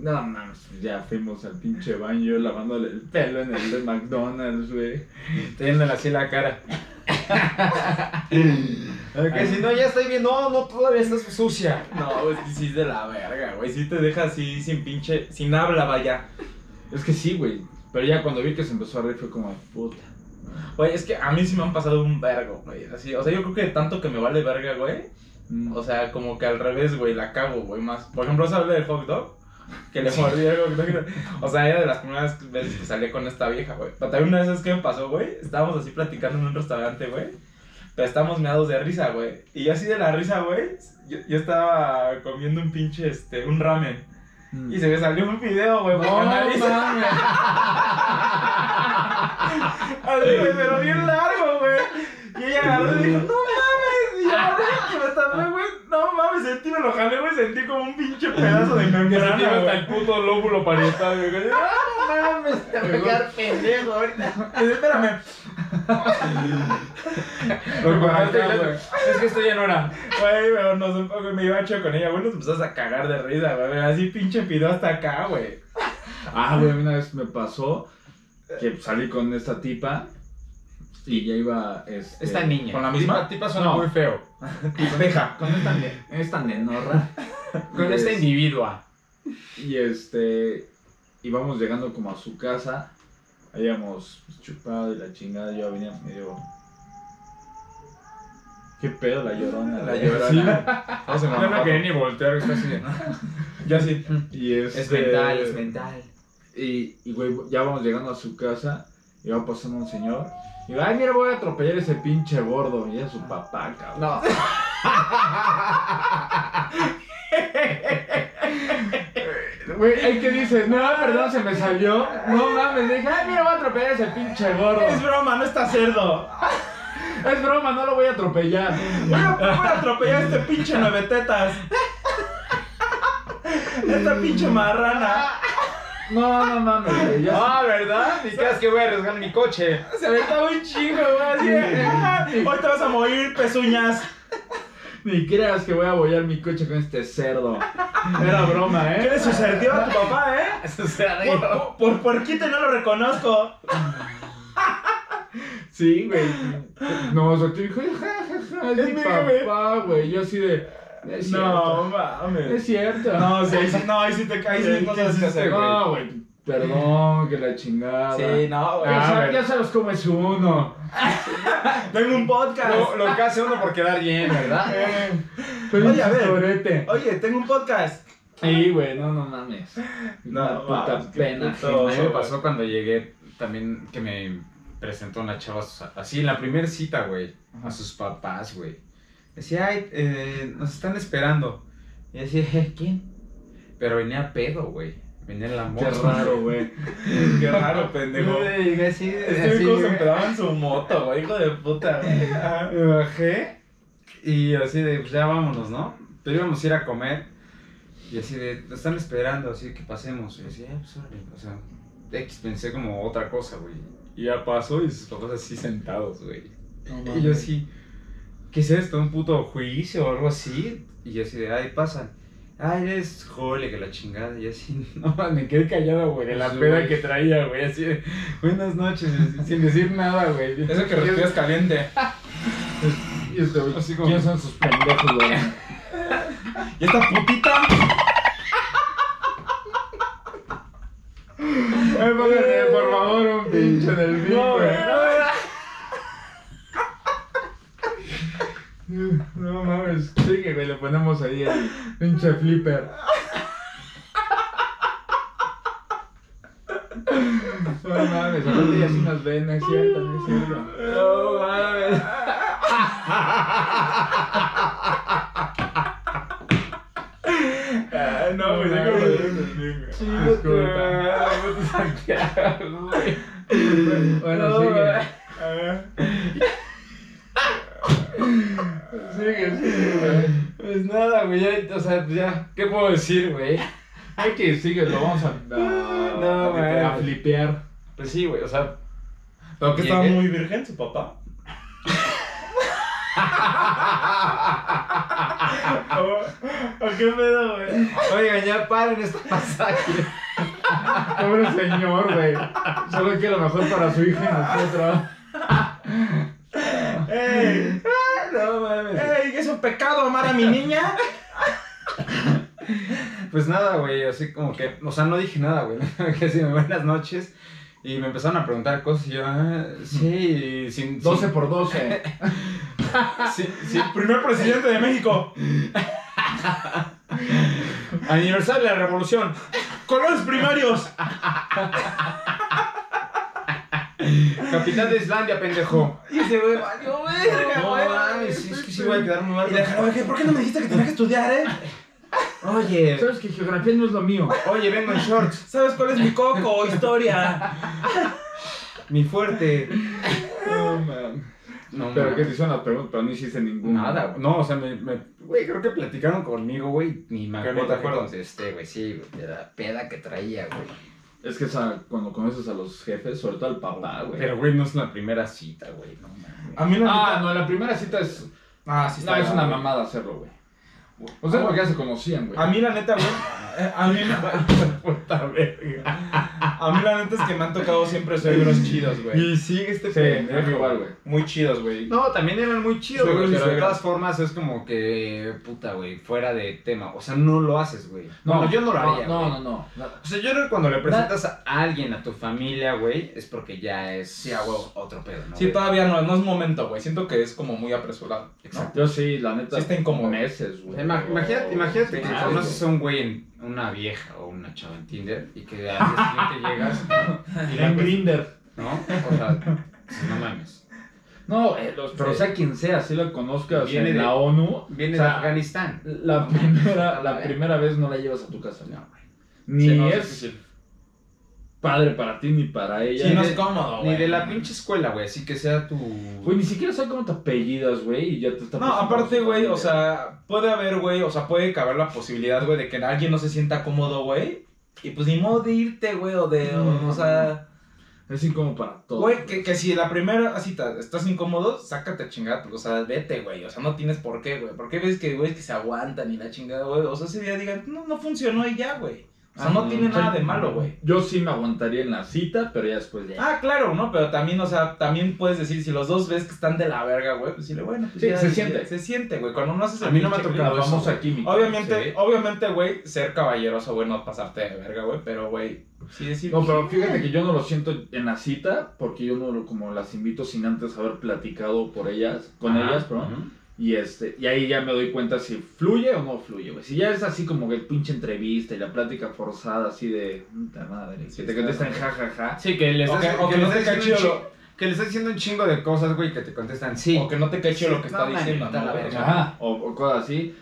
Speaker 2: No mames, ya fuimos al pinche baño yo lavándole el pelo en el de McDonald's, güey.
Speaker 3: Teniéndole así la cara. Que
Speaker 2: Ay.
Speaker 3: si no, ya estoy bien. No, no, todavía estás sucia.
Speaker 1: No, güey, es que sí es de la verga, güey. Sí te deja así sin pinche. Sin habla, vaya.
Speaker 2: Es que sí, güey. Pero ya cuando vi que se empezó a reír fue como, puta.
Speaker 1: Güey, es que a mí sí me han pasado un vergo, güey. Así, o sea, yo creo que tanto que me vale verga, güey.
Speaker 2: Mm.
Speaker 1: O sea, como que al revés, güey, la cago, güey, más. Por ejemplo, ¿sabes del hot dog? Que le mordí el hot dog. O sea, era de las primeras veces que salí con esta vieja, güey. Pero también una vez que me pasó, güey, estábamos así platicando en un restaurante, güey. Pero estábamos meados de risa, güey. Y yo así de la risa, güey, yo, yo estaba comiendo un pinche, este, un ramen.
Speaker 2: Mm.
Speaker 1: Y se me salió un video, güey, por
Speaker 2: No,
Speaker 1: la nariz.
Speaker 2: mames.
Speaker 1: Así, güey, pero bien largo, güey. Y ella agarró y dijo, no mames. Y yo agarré, que me tapé, güey. No mames, sentí, me lo jalé, güey. Sentí como un pinche pedazo de membrana, güey. "Ah,
Speaker 3: puto lóbulo parietal, güey. No mames, te voy a quedar pendejo ahorita.
Speaker 1: Y dice, Espérame.
Speaker 2: Lo
Speaker 3: Como
Speaker 2: corté,
Speaker 3: acá,
Speaker 2: güey.
Speaker 3: Es que esto ya no era.
Speaker 1: Güey, pero nos, güey, me iba a echar con ella, güey. Nos empezamos a cagar de risa, güey. Así pinche pido hasta acá, güey.
Speaker 2: Ah, güey, a mí una vez me pasó que salí con esta tipa y ya iba. Este,
Speaker 3: Esta niña.
Speaker 1: ¿Con la misma?
Speaker 3: Tipa, tipa suena
Speaker 2: No.
Speaker 3: muy feo.
Speaker 1: Peja.
Speaker 2: Con esta, ne- esta nenorra.
Speaker 3: Con
Speaker 2: Y
Speaker 3: esta
Speaker 2: es-
Speaker 3: individua.
Speaker 2: Y este. Íbamos llegando como a su casa. Habíamos chupado y la chingada. Yo venía medio. Qué pedo la llorona.
Speaker 1: La
Speaker 2: güey.
Speaker 1: llorona. No se
Speaker 3: Yo
Speaker 1: mamó,
Speaker 3: no quería ni voltear, está así de, "No".
Speaker 1: pato. Yo sí.
Speaker 2: Y este,
Speaker 3: Es mental, es mental.
Speaker 2: Y, y, güey, ya vamos llegando a su casa y va pasando un señor. Y va, ay, mira, voy a atropellar ese pinche gordo. Y es su papá, cabrón.
Speaker 3: No.
Speaker 2: Güey, hay que dices, no, perdón, se me salió. No mames, dije, ay, mira, voy a atropellar ese pinche gordo.
Speaker 1: Es broma, no está cerdo.
Speaker 2: Es broma, no lo voy a atropellar.
Speaker 1: Bueno, ¿cómo le atropelló a este pinche nueve tetas? Esta pinche marrana.
Speaker 2: No, no mames, güey. ya-
Speaker 3: Ah, ¿verdad? Ni creas que voy a arriesgar mi coche.
Speaker 1: Se aventaba un chingo, güey. Así de, "Ah, Hoy te vas a morir, pezuñas.
Speaker 2: Ni creas que voy a bollar mi coche con este cerdo. Era broma,
Speaker 1: ¿Qué
Speaker 2: ¿eh?
Speaker 1: le sucedió a tu papá, eh?
Speaker 3: Eso será de-
Speaker 1: Por, por, por quita no lo reconozco.
Speaker 2: Sí, güey. No, o sea, te dijo, ja, ja, ja, es,
Speaker 1: Es
Speaker 2: mi
Speaker 1: mi
Speaker 2: papá, güey. Yo así de. Es
Speaker 1: No,
Speaker 2: cierto. Es
Speaker 1: mames.
Speaker 2: cierto.
Speaker 1: No, sí, ahí sí, no, ahí sí te caes.
Speaker 2: Sí,
Speaker 1: Sí, no sabes qué hacer, güey.
Speaker 2: No, güey. Perdón, que la chingada.
Speaker 1: Sí, no, güey.
Speaker 2: Ya
Speaker 3: Ah,
Speaker 2: sab-
Speaker 3: güey.
Speaker 2: ya sabes cómo es uno.
Speaker 1: Tengo un podcast.
Speaker 3: Lo, lo que hace uno por quedar bien, ¿verdad?
Speaker 2: Pero
Speaker 1: Oye, a ver.
Speaker 2: Sobrete.
Speaker 1: Oye, tengo un podcast.
Speaker 2: Sí, güey, no, no mames.
Speaker 1: No,
Speaker 2: Una puta
Speaker 1: mames, qué
Speaker 2: pena.
Speaker 1: puto.
Speaker 2: ajena.
Speaker 1: Todo,
Speaker 3: a mí me
Speaker 1: güey.
Speaker 3: pasó cuando llegué también que me presentó una chava a sus- así en la primera cita, güey, a sus papás, güey. Decía, ay, eh, nos están esperando. Y decía, "Eh, ¿quién? Pero venía pedo, güey. Venía en la moto.
Speaker 2: Qué raro, güey.
Speaker 1: Qué raro, pendejo.
Speaker 3: Güey, llegué así,
Speaker 1: Este
Speaker 3: así,
Speaker 1: viejo se
Speaker 3: güey.
Speaker 1: empedaba en su moto, güey. Hijo de puta, güey. Ajá.
Speaker 3: Me bajé y así de, pues ya vámonos, ¿no? Pero íbamos a ir a comer y así de, nos están esperando, así que pasemos. Y decía, "Ah, pues órale, o sea, X pensé como otra cosa, güey. Y ya pasó y sus papás así sentados, güey. y yo así, ¿qué es esto? ¿Un puto juicio o algo así? Y yo así de, ay, pasan. Ay, eres jole que la chingada. Y así, no, me quedé callado, Pues, güey, de la
Speaker 2: Sí,
Speaker 3: peda
Speaker 2: güey.
Speaker 3: que traía, güey. Así de, buenas noches, sin decir nada, güey.
Speaker 1: Eso que respiras caliente.
Speaker 2: Y este, güey,
Speaker 3: Así como-
Speaker 2: ¿quiénes son sus pendejos, güey?
Speaker 1: ¿Y esta putita?
Speaker 2: Ay, póngale, por favor, un pinche del bip,
Speaker 1: No,
Speaker 2: güey.
Speaker 1: güey.
Speaker 2: Mm, No mames, sí que güey, le ponemos ahí el pinche flipper. No mames, aparte ya sí nos ven, es cierto, no es cierto.
Speaker 3: No mames.
Speaker 1: Ah, no, güey. déjame ver.
Speaker 2: Disculpa. Bueno, sigue.
Speaker 1: Ah,
Speaker 2: Sigue, sigue, güey.
Speaker 3: Pues nada, güey, ya, o sea, pues ya, ¿qué puedo decir, güey?
Speaker 2: Hay que sigue, lo vamos a, a,
Speaker 3: No, güey.
Speaker 2: a flipear.
Speaker 3: Pues sí, güey, o sea,
Speaker 1: Pero que estaba
Speaker 2: eh.
Speaker 3: Llegué.
Speaker 1: muy virgen su papá. ¿O Oh, qué pedo, güey?
Speaker 3: oigan, ya paren este pasaje.
Speaker 2: Pobre señor, güey. Solo quiere lo mejor para su hija y nosotros.
Speaker 1: ¡Ey!
Speaker 3: No mames.
Speaker 1: ¡Ey! ¿Es un pecado amar a mi niña?
Speaker 3: Pues nada, güey, así como que, o sea, no dije nada, güey, que así, buenas noches. Y me empezaron a preguntar cosas y yo, ah, sí, y sin,
Speaker 2: 12
Speaker 3: sin-
Speaker 2: por 12.
Speaker 3: sin- sin-
Speaker 1: Primer presidente de México.
Speaker 3: aniversario de la revolución.
Speaker 1: Colores primarios.
Speaker 3: Capital de Islandia, pendejo.
Speaker 1: Y ese güey valió verga,
Speaker 3: No
Speaker 1: güey.
Speaker 3: mames, sí, es que sí voy a quedar muy mal.
Speaker 1: Y le dije, "Oye, ¿por qué no me dijiste que tenía que estudiar, eh?
Speaker 3: Oye,
Speaker 2: Sabes que geografía no es lo mío.
Speaker 3: oye, vengo en shorts.
Speaker 1: ¿Sabes cuál es mi coco? Historia.
Speaker 3: Mi fuerte. No,
Speaker 2: Pero
Speaker 3: mames.
Speaker 2: que te hicieron las preguntas, pero no hiciste ninguna.
Speaker 3: Nada, güey. No, o sea, me. me- Güey, creo que platicaron conmigo, güey. Ni me
Speaker 1: Que
Speaker 3: acuerdo.
Speaker 1: ni te acuerdas.
Speaker 3: Este, güey, sí, güey. De la peda que traía, güey.
Speaker 2: Es que esa- cuando conoces a los jefes, sobre todo al papá, güey.
Speaker 3: Pero, güey, no es la primera cita, güey. No mames.
Speaker 1: A mí la
Speaker 2: Ah, no, la primera cita es.
Speaker 1: Ah, sí
Speaker 2: No,
Speaker 1: está
Speaker 2: es una
Speaker 1: grave.
Speaker 2: mamada hacerlo, güey. O sea, porque ya se conocían, güey.
Speaker 1: A mí la neta, güey. eh, a mí,
Speaker 3: Puta verga.
Speaker 1: a mí la neta es que me han tocado siempre suegros chidos, güey.
Speaker 3: Y sigue este
Speaker 1: Sí,
Speaker 3: pendejo.
Speaker 2: igual, güey.
Speaker 1: Muy chidos, güey.
Speaker 3: No, también eran muy chidos,
Speaker 1: Suegros
Speaker 3: güey.
Speaker 1: y
Speaker 3: Pero de
Speaker 1: suegras.
Speaker 3: todas formas es como que, puta, güey, fuera de tema. O sea, no lo haces, güey.
Speaker 2: No,
Speaker 3: No, yo no lo haría.
Speaker 2: No,
Speaker 3: güey.
Speaker 2: no, no. no.
Speaker 3: O sea, yo creo que cuando le presentas a alguien a tu familia, güey, es porque ya es
Speaker 1: Sí, a huevo.
Speaker 3: otro pedo, ¿no?
Speaker 1: Sí,
Speaker 3: güey?
Speaker 1: todavía no, no es momento, güey. Siento que es como muy apresurado. ¿no?
Speaker 3: Exacto.
Speaker 2: Yo sí, la neta.
Speaker 1: Sí está incómodo.
Speaker 2: Meses,
Speaker 3: O
Speaker 2: güey.
Speaker 3: sea, ima- Imagínate, imagínate que
Speaker 2: Sí,
Speaker 3: conoces a un güey en una vieja o una chava en Tinder y que al día siguiente llegas y la
Speaker 2: En
Speaker 3: güey,
Speaker 2: Grinder.
Speaker 3: ¿no? O sea, no mames.
Speaker 2: No, eh, los- pero
Speaker 3: Sí.
Speaker 2: sea quien sea, si la conozcas
Speaker 3: Viene
Speaker 2: en
Speaker 3: de-
Speaker 2: la ONU.
Speaker 3: Viene
Speaker 2: o sea,
Speaker 3: de Afganistán.
Speaker 2: La primera, la
Speaker 3: Ah, eh.
Speaker 2: primera vez no la llevas a tu casa.
Speaker 3: No, güey.
Speaker 2: Ni
Speaker 1: Sí, no,
Speaker 2: es
Speaker 1: difícil.
Speaker 2: padre para ti ni para ella.
Speaker 1: Sí, no
Speaker 2: Ni-
Speaker 1: es cómodo, güey.
Speaker 3: Ni de la pinche escuela, güey, así que sea tu...
Speaker 2: Güey, ni siquiera sabe cómo te apellidas, güey, y ya te está
Speaker 1: No,
Speaker 2: presentando
Speaker 1: aparte,
Speaker 2: su
Speaker 1: güey, o
Speaker 2: familia.
Speaker 1: sea, puede haber, güey, o sea, puede caber la posibilidad, güey, de que alguien no se sienta cómodo, güey. Y pues ni modo de irte, güey, o de, o, o sea,
Speaker 2: Es incómodo para todos.
Speaker 1: güey, que, que si la primera cita estás incómodo, sácate a chingar, pues, o sea, vete, güey, o sea, no tienes por qué, güey. Porque ves que, güey, que se aguantan y la chingada, güey, o sea, ese día digan, no, no funcionó y ya, güey. O sea,
Speaker 2: Ah,
Speaker 1: no,
Speaker 2: no,
Speaker 1: tiene
Speaker 2: sí.
Speaker 1: nada de malo, güey.
Speaker 2: Yo sí me aguantaría en la cita, pero ya después de.
Speaker 1: Ah, claro, ¿no? Pero también, o sea, también puedes decir, si los dos ves que están de la verga, güey, pues dile, bueno, pues
Speaker 2: Sí,
Speaker 1: ya,
Speaker 2: se
Speaker 1: ya,
Speaker 2: siente.
Speaker 1: Se siente, güey, cuando no haces
Speaker 3: A
Speaker 1: el
Speaker 3: mí no me ha
Speaker 1: pinche clic,
Speaker 2: la
Speaker 3: tocado eso,
Speaker 2: famosa
Speaker 3: güey.
Speaker 2: química.
Speaker 1: Obviamente,
Speaker 2: Sí.
Speaker 1: obviamente, güey, ser caballeroso, güey, no pasarte de verga, güey, pero, güey, sí decir...
Speaker 2: No, pero fíjate que yo no lo siento en la cita, porque yo no lo, como las invito sin antes haber platicado por ellas, con
Speaker 3: Ajá,
Speaker 2: ellas, perdón.
Speaker 3: ujú.
Speaker 2: Y este, y ahí ya me doy cuenta si fluye o no fluye, güey. Si ya es así como que el pinche entrevista y la plática forzada así de puta madre,
Speaker 1: Sí,
Speaker 2: que te
Speaker 1: está
Speaker 2: contestan jajaja.
Speaker 3: Sí, que le
Speaker 1: O
Speaker 3: estás,
Speaker 1: que, o
Speaker 3: que
Speaker 1: que
Speaker 3: le
Speaker 1: no te
Speaker 3: estás
Speaker 1: cae
Speaker 3: diciendo
Speaker 1: chido
Speaker 3: un chi-
Speaker 1: lo,
Speaker 3: que le estás diciendo un chingo de cosas, güey, que te contestan sí.
Speaker 1: o que no te cae chido lo que
Speaker 3: Sí,
Speaker 1: está
Speaker 3: no, man,
Speaker 1: diciendo,
Speaker 3: está
Speaker 1: ¿no,
Speaker 3: la
Speaker 1: güey?
Speaker 3: verga.
Speaker 2: Ajá, o, o cosas así,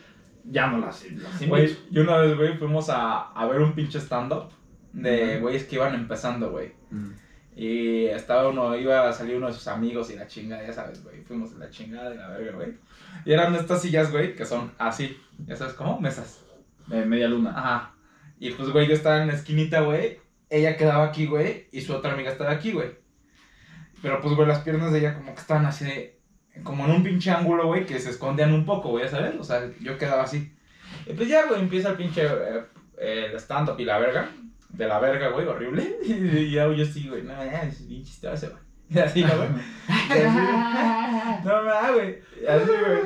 Speaker 2: ya no las, las invito.
Speaker 1: Güey, yo una vez, güey, fuimos a, a ver un pinche stand-up de
Speaker 2: Ujú.
Speaker 1: güeyes que iban empezando, güey.
Speaker 2: Mm.
Speaker 1: Y estaba uno, iba a salir uno de sus amigos y la chingada, ya sabes, güey. Fuimos a la chingada de la verga, güey. Y eran estas sillas, güey, que son así, ya sabes, como mesas.
Speaker 2: Eh, media luna.
Speaker 1: Ajá. Y pues, güey, yo estaba en la esquinita, güey. Ella quedaba aquí, güey. Y su otra amiga estaba aquí, güey. Pero pues, güey, las piernas de ella como que estaban así de- Como en un pinche ángulo, güey, que se escondían un poco, güey, ¿sabes? O sea, yo quedaba así. Y pues ya, güey, empieza el pinche... eh, el stand-up y la verga. De la verga, güey, horrible. Y ya yo sí, güey. No, ya, es pinche chistoso, güey. Y así,
Speaker 2: Ah,
Speaker 1: ¿no, güey? Y así, No, no, güey. Y así, güey.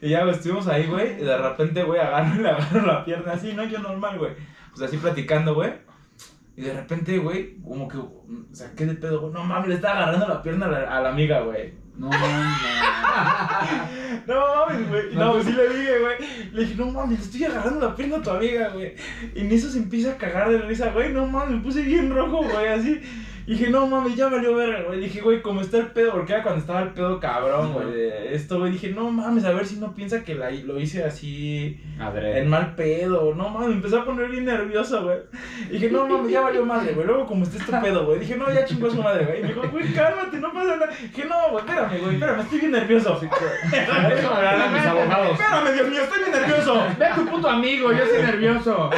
Speaker 1: Y ya güey, estuvimos ahí, güey. Y de repente, güey, agarro y le agarro la pierna así, ¿no? Yo normal, güey. Pues así platicando, güey. Y de repente, güey, como que mm, saqué de pedo, güey. No mames, le estaba agarrando la pierna a la, a la amiga, güey.
Speaker 2: No, no.
Speaker 1: No mames, güey. Y No, pues sí le dije, güey. Le dije, no mames, le estoy agarrando la pierna a tu amiga, güey. Y en eso se empieza a cagar de risa, güey. No mames, me puse bien rojo, güey, así. Y dije, no mames, ya valió verga, güey. Le Dije, güey, como está el pedo, porque era cuando estaba el pedo cabrón, güey. de Esto, güey, dije, no mames, a ver si no piensa que la, lo hice así. En
Speaker 3: Adrede.
Speaker 1: mal pedo, no mames, me empecé a poner bien nervioso, güey. Dije, no mames, ya valió madre, güey. Luego, como está este pedo, güey. Dije, no, ya chingó a su madre, güey. Y me dijo, güey, cálmate, no pasa nada. Dije, no, güey, espérame, güey, espérame, estoy bien nervioso.
Speaker 3: Déjame hablar a mis abogados.
Speaker 1: Espérame, Dios mío, estoy bien nervioso.
Speaker 2: Ve a tu puto amigo, yo estoy nervioso.
Speaker 1: Oye,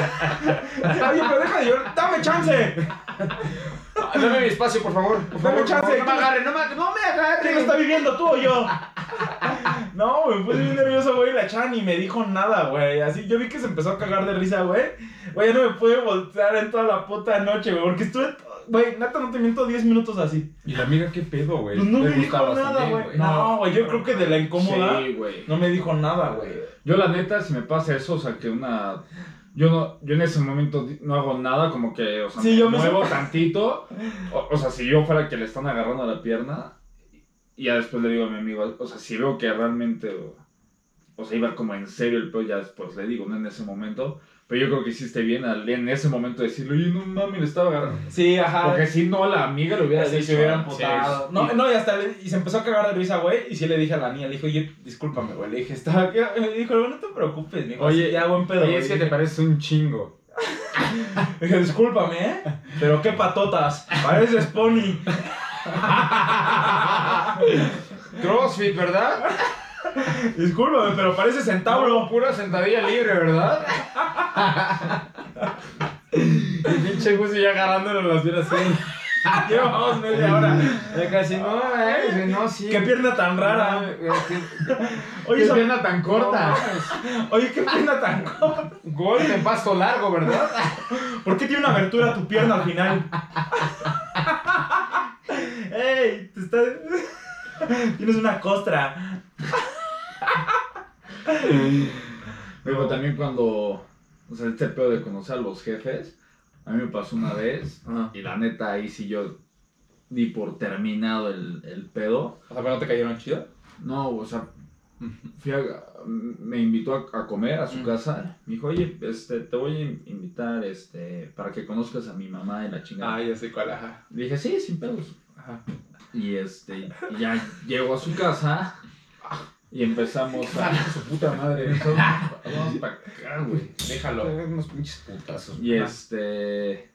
Speaker 1: pero deja de llorar, dame chance.
Speaker 3: Dame mi espacio, por favor. Por
Speaker 1: Dame
Speaker 3: favor,
Speaker 1: chance,
Speaker 3: por favor, no me
Speaker 1: tú-
Speaker 3: agarre, no me, no me agarre.
Speaker 1: ¿Quién lo está viviendo, tú o yo? No, güey, me puse bien nervioso, güey. La chava ni me dijo nada, güey. Así, yo vi que se empezó a cagar de risa, güey. Güey, ya no me pude voltear en toda la puta noche, güey. Porque estuve, to- güey, neta, no te miento 10 minutos así.
Speaker 3: Y la amiga, qué pedo, güey.
Speaker 1: Pues no me
Speaker 3: Le
Speaker 1: dijo
Speaker 3: gustabas
Speaker 1: nada,
Speaker 3: también,
Speaker 1: güey. No, güey, yo creo que de la incómoda
Speaker 2: Sí, güey.
Speaker 1: no me dijo nada, güey.
Speaker 2: Yo la neta, si me pasa eso, o sea, que una... Yo, no, yo en ese momento di- no hago nada, como que, o sea,
Speaker 1: Sí,
Speaker 2: me
Speaker 1: yo me
Speaker 2: muevo tantito. O, o sea, si yo fuera el que le están agarrando la pierna, y ya después le digo a mi amigo, o sea, si veo que realmente, o, o sea, iba como en serio el pedo, ya después le digo, no en ese momento. Pero yo creo que hiciste bien al, en ese momento decirle, oye, no mami, le estaba agarrando.
Speaker 1: Sí, ajá.
Speaker 2: Porque si no, la amiga lo hubiera
Speaker 1: Así
Speaker 2: dicho.
Speaker 1: se hubieran
Speaker 2: "Ah,
Speaker 1: putado.
Speaker 2: sí".
Speaker 1: No, no, y hasta le- y se empezó a cagar de risa, güey. Y sí le dije a la niña, le dije, oye, discúlpame, güey. Le dije, estaba aquí. Me dijo, no te preocupes, mijo.
Speaker 3: Oye,
Speaker 1: Oye, ya buen pedo.
Speaker 3: Oye,
Speaker 1: güey".
Speaker 3: es que te pareces un chingo.
Speaker 1: Le dije, discúlpame, ¿eh? Pero qué patotas. Pareces pony.
Speaker 3: Crossfit, ¿verdad?
Speaker 1: Discúlpame, pero pareces centauro.
Speaker 3: Pura sentadilla libre, ¿verdad? Y pinche Gus ya agarrándolo las piernas así.
Speaker 1: Llevamos media hora.
Speaker 3: Ya casi, no, eh, dice, no, sí.
Speaker 1: Qué pierna tan rara.
Speaker 3: No, güey, qué-
Speaker 1: Oye, esa-
Speaker 2: pierna tan corta.
Speaker 1: oye, qué pierna tan corta.
Speaker 3: Gol de paso largo, ¿verdad?
Speaker 1: ¿Por qué tiene una abertura tu pierna al final? ¡Ey! Te está... Tienes una costra.
Speaker 2: Luego también cuando, o sea, este pedo de conocer a los jefes, a mí me pasó una vez,
Speaker 4: Ah.
Speaker 1: Ajá.
Speaker 2: y la neta ahí sí yo di por terminado el, el pedo.
Speaker 4: O sea, pero no te cayeron chido.
Speaker 2: No, o sea, fui a- me invitó a, a comer a su casa. Me dijo, oye, este, te voy a in- invitar este, para que conozcas a mi mamá y la chingada.
Speaker 4: Ah, ya sé cuál, ajá.
Speaker 2: Le dije, sí, sin pedos.
Speaker 4: Ajá.
Speaker 2: Y este, y ya llego a su casa y empezamos a. su puta madre. Vamos para acá,
Speaker 3: Ah,
Speaker 2: güey.
Speaker 4: Déjalo.
Speaker 3: Unos pinches putazos.
Speaker 2: Y este.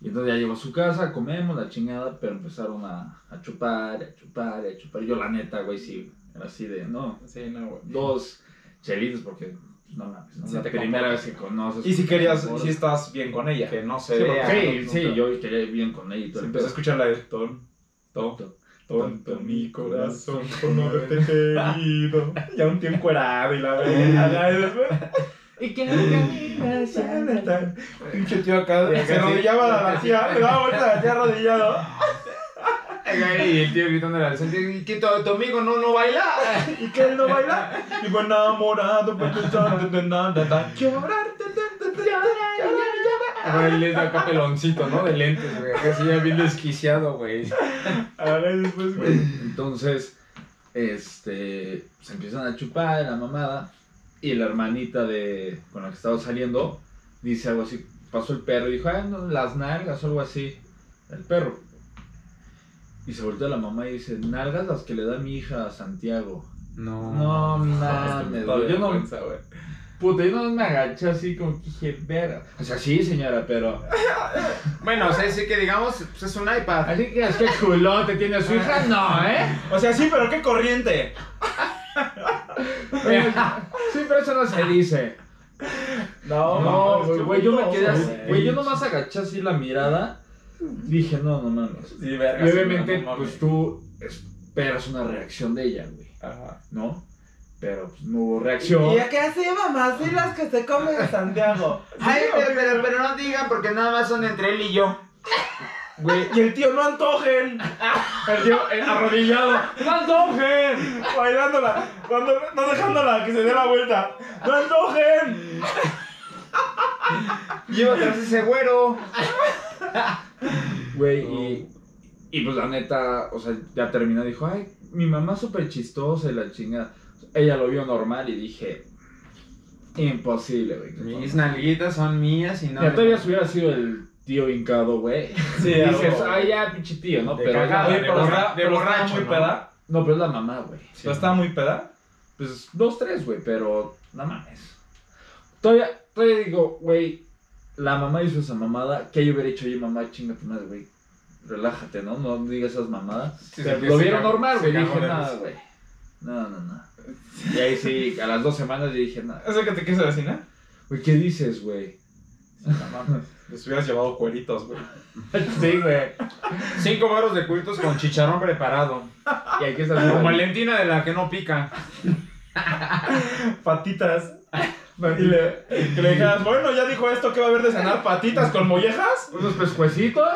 Speaker 2: Y entonces ya llego a su casa, comemos la chingada, pero empezaron a, a chupar, a chupar, a chupar. Yo, la neta, güey, sí, era así de, no,
Speaker 4: Sí, no, güey.
Speaker 2: dos chelitos, porque no mames, ¿no?
Speaker 4: Sí
Speaker 2: la
Speaker 4: te
Speaker 2: primera
Speaker 4: comportas.
Speaker 2: vez que conoces.
Speaker 4: Pues,
Speaker 1: Y si querías,
Speaker 2: Sí,
Speaker 1: si estás bien con ella, que no se
Speaker 2: sí,
Speaker 1: vea.
Speaker 2: sí,
Speaker 1: ¿no? pues,
Speaker 2: sí, yo quería ir bien con ella y todo.
Speaker 1: Se
Speaker 2: el
Speaker 1: empezó a
Speaker 2: pedo.
Speaker 1: escuchar la de ton, ton, tonto mi corazón por no haberte querido. Ya un tiempo encuerado y la verdad.
Speaker 4: Y que nunca
Speaker 3: pinche tío acá.
Speaker 1: Se arrodillaba a la tía, le daba vuelta a la tía arrodillado.
Speaker 3: Y el tío gritándole al centro. ¿Y qué tu, tu amigo no, no baila?
Speaker 1: y que él no baila. Y fue enamorado, pues pensando de nada, da llorar, da, da, da, da, llorar, llorar.
Speaker 3: Ahora él es acá peloncito, ¿no? De lentes, güey. Acá sí ya bien desquiciado, güey.
Speaker 1: A ver, después,
Speaker 2: Güey,
Speaker 1: güey.
Speaker 2: Entonces, este, se empiezan a chupar la mamada y la hermanita de con la que estaba saliendo dice algo así, pasó el perro y dijo, "Ah, no, las nalgas o algo así, el perro. Y se voltea la mamá y dice, nalgas las que le da mi hija a Santiago.
Speaker 3: No.
Speaker 2: No mames, güey, Ah, yo no, puta, yo no me agaché así como que dije, verga. O sea, sí señora, pero...
Speaker 3: Bueno, o sea, sí que digamos, pues es un iPad.
Speaker 2: Así que es que culote tiene su hija, no, ¿eh?
Speaker 1: O sea, sí, pero qué corriente.
Speaker 2: Sí, pero eso no se dice. No,
Speaker 1: mames,
Speaker 2: güey,
Speaker 1: qué
Speaker 2: güey, yo me
Speaker 1: puto
Speaker 2: quedé
Speaker 1: oso,
Speaker 2: así. Güey, yo nomás agaché así la mirada. Dije, no, no mames.
Speaker 1: Sí,
Speaker 2: Y
Speaker 1: verga. sí,
Speaker 2: obviamente,
Speaker 1: no mames.
Speaker 2: pues tú esperas una reacción de ella, güey,
Speaker 1: Ajá.
Speaker 2: ¿no? Pero pues, no hubo reacción.
Speaker 1: qué hace mamá? Sí, las que se comen en Santiago.
Speaker 3: Ay, pero, pero, pero no digan porque nada más son entre él y yo.
Speaker 2: Güey,
Speaker 1: Y el tío no antojen.
Speaker 2: el tío eh, arrodillado. ¡Más dojen!
Speaker 1: Bailándola. Cuando, no dejándola que se dé la vuelta. ¡No antojen!
Speaker 3: Lleva atrás ese güero.
Speaker 2: Güey, y, y pues la neta, o sea, ya terminó, dijo, ay, mi mamá es súper chistosa y la chingada. Ella lo vio normal y dije, imposible, güey. que
Speaker 3: Mis nalguitas son mías y no.
Speaker 2: Ya todavía si hubiera sido el tío hincado, güey.
Speaker 1: Sí,
Speaker 2: Dices, ay, ya, pinche tío, ¿no?
Speaker 3: De
Speaker 2: Pero,
Speaker 3: cagada,
Speaker 2: Oye,
Speaker 1: Oye,
Speaker 3: de
Speaker 2: pero
Speaker 1: pero
Speaker 3: borra-
Speaker 2: está-
Speaker 1: está-
Speaker 3: de
Speaker 1: pero estaba
Speaker 3: borracho,
Speaker 1: muy
Speaker 3: ¿no?
Speaker 1: peda.
Speaker 2: No, pero es la mamá, güey.
Speaker 1: Pero estaba muy peda.
Speaker 2: Pues dos, tres, güey, pero no mames. Todavía, todavía digo, güey, la mamá hizo esa mamada. ¿Qué yo hubiera hecho? Oye, mamá, chinga tu madre, güey. Relájate, ¿no? No digas esas mamadas.
Speaker 3: Sí,
Speaker 2: Pero
Speaker 3: sí,
Speaker 2: lo
Speaker 3: se
Speaker 2: vieron
Speaker 3: cagó-
Speaker 2: normal,
Speaker 3: se
Speaker 2: güey.
Speaker 3: cagó
Speaker 2: Dije,
Speaker 3: de
Speaker 2: nada,
Speaker 3: risa".
Speaker 2: güey. No, no, no. Y ahí sí, a las dos semanas yo dije, nada.
Speaker 1: ¿Eso que te quise decir, ¿no?
Speaker 2: Güey, ¿qué dices, güey?
Speaker 1: Les hubieras llevado cueritos, güey.
Speaker 2: sí, güey.
Speaker 3: Cinco baros de cuitos con chicharrón preparado.
Speaker 2: Y aquí está
Speaker 3: Con Valentina de la que no pica.
Speaker 1: Patitas. Y le, que le dijeras, bueno, ya dijo esto, ¿qué va a haber de cenar? ¿Patitas con mollejas?
Speaker 2: Unos pescuecitos.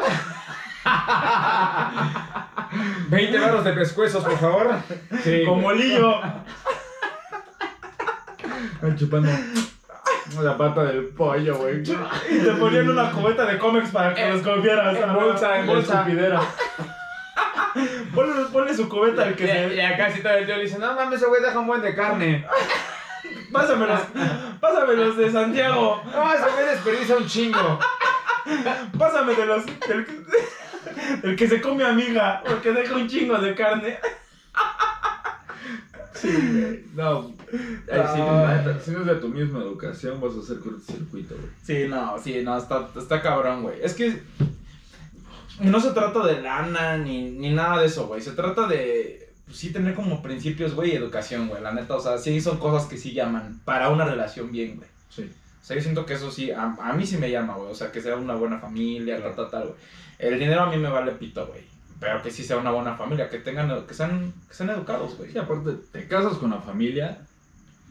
Speaker 3: 20 baros de pescuezos, por favor.
Speaker 2: Sí,
Speaker 1: Con
Speaker 2: güey.
Speaker 1: molillo.
Speaker 2: Ay, chupando la pata del pollo, güey.
Speaker 1: Y te ponían una cubeta de cómics para que los comieras.
Speaker 3: en Eh, bolsa, en
Speaker 1: La
Speaker 3: bolsa.
Speaker 1: escupidera. Ponle, ponle su cubeta al que
Speaker 3: Y
Speaker 1: se...
Speaker 3: acá sí todo el tío le dice, no mames, ese güey deja un buen de carne.
Speaker 1: Pásamelos,
Speaker 3: Ah,
Speaker 1: pásamelos de Santiago.
Speaker 3: No, ese güey desperdicia un chingo.
Speaker 1: Pásame de los... Del, que- del que se come amiga, porque deja un chingo de carne.
Speaker 2: No. Ay, sí, la neta, si no es de tu misma educación, vas a hacer cortocircuito, güey.
Speaker 1: Sí, no, sí, no, está, está cabrón, güey. Es que no se trata de lana ni, ni nada de eso, güey. Se trata de, pues, sí, tener como principios, güey, y educación, güey. La neta, o sea, sí son cosas que sí llaman para una relación bien, güey.
Speaker 2: Sí.
Speaker 1: O sea, yo siento que eso sí, a, a mí sí me llama, güey. O sea, que sea una buena familia, tal, tal, tal, güey. El dinero a mí me vale pito, güey. Pero que sí sea una buena familia, que tengan, que sean, que sean educados, güey.
Speaker 2: Y aparte, te casas con la familia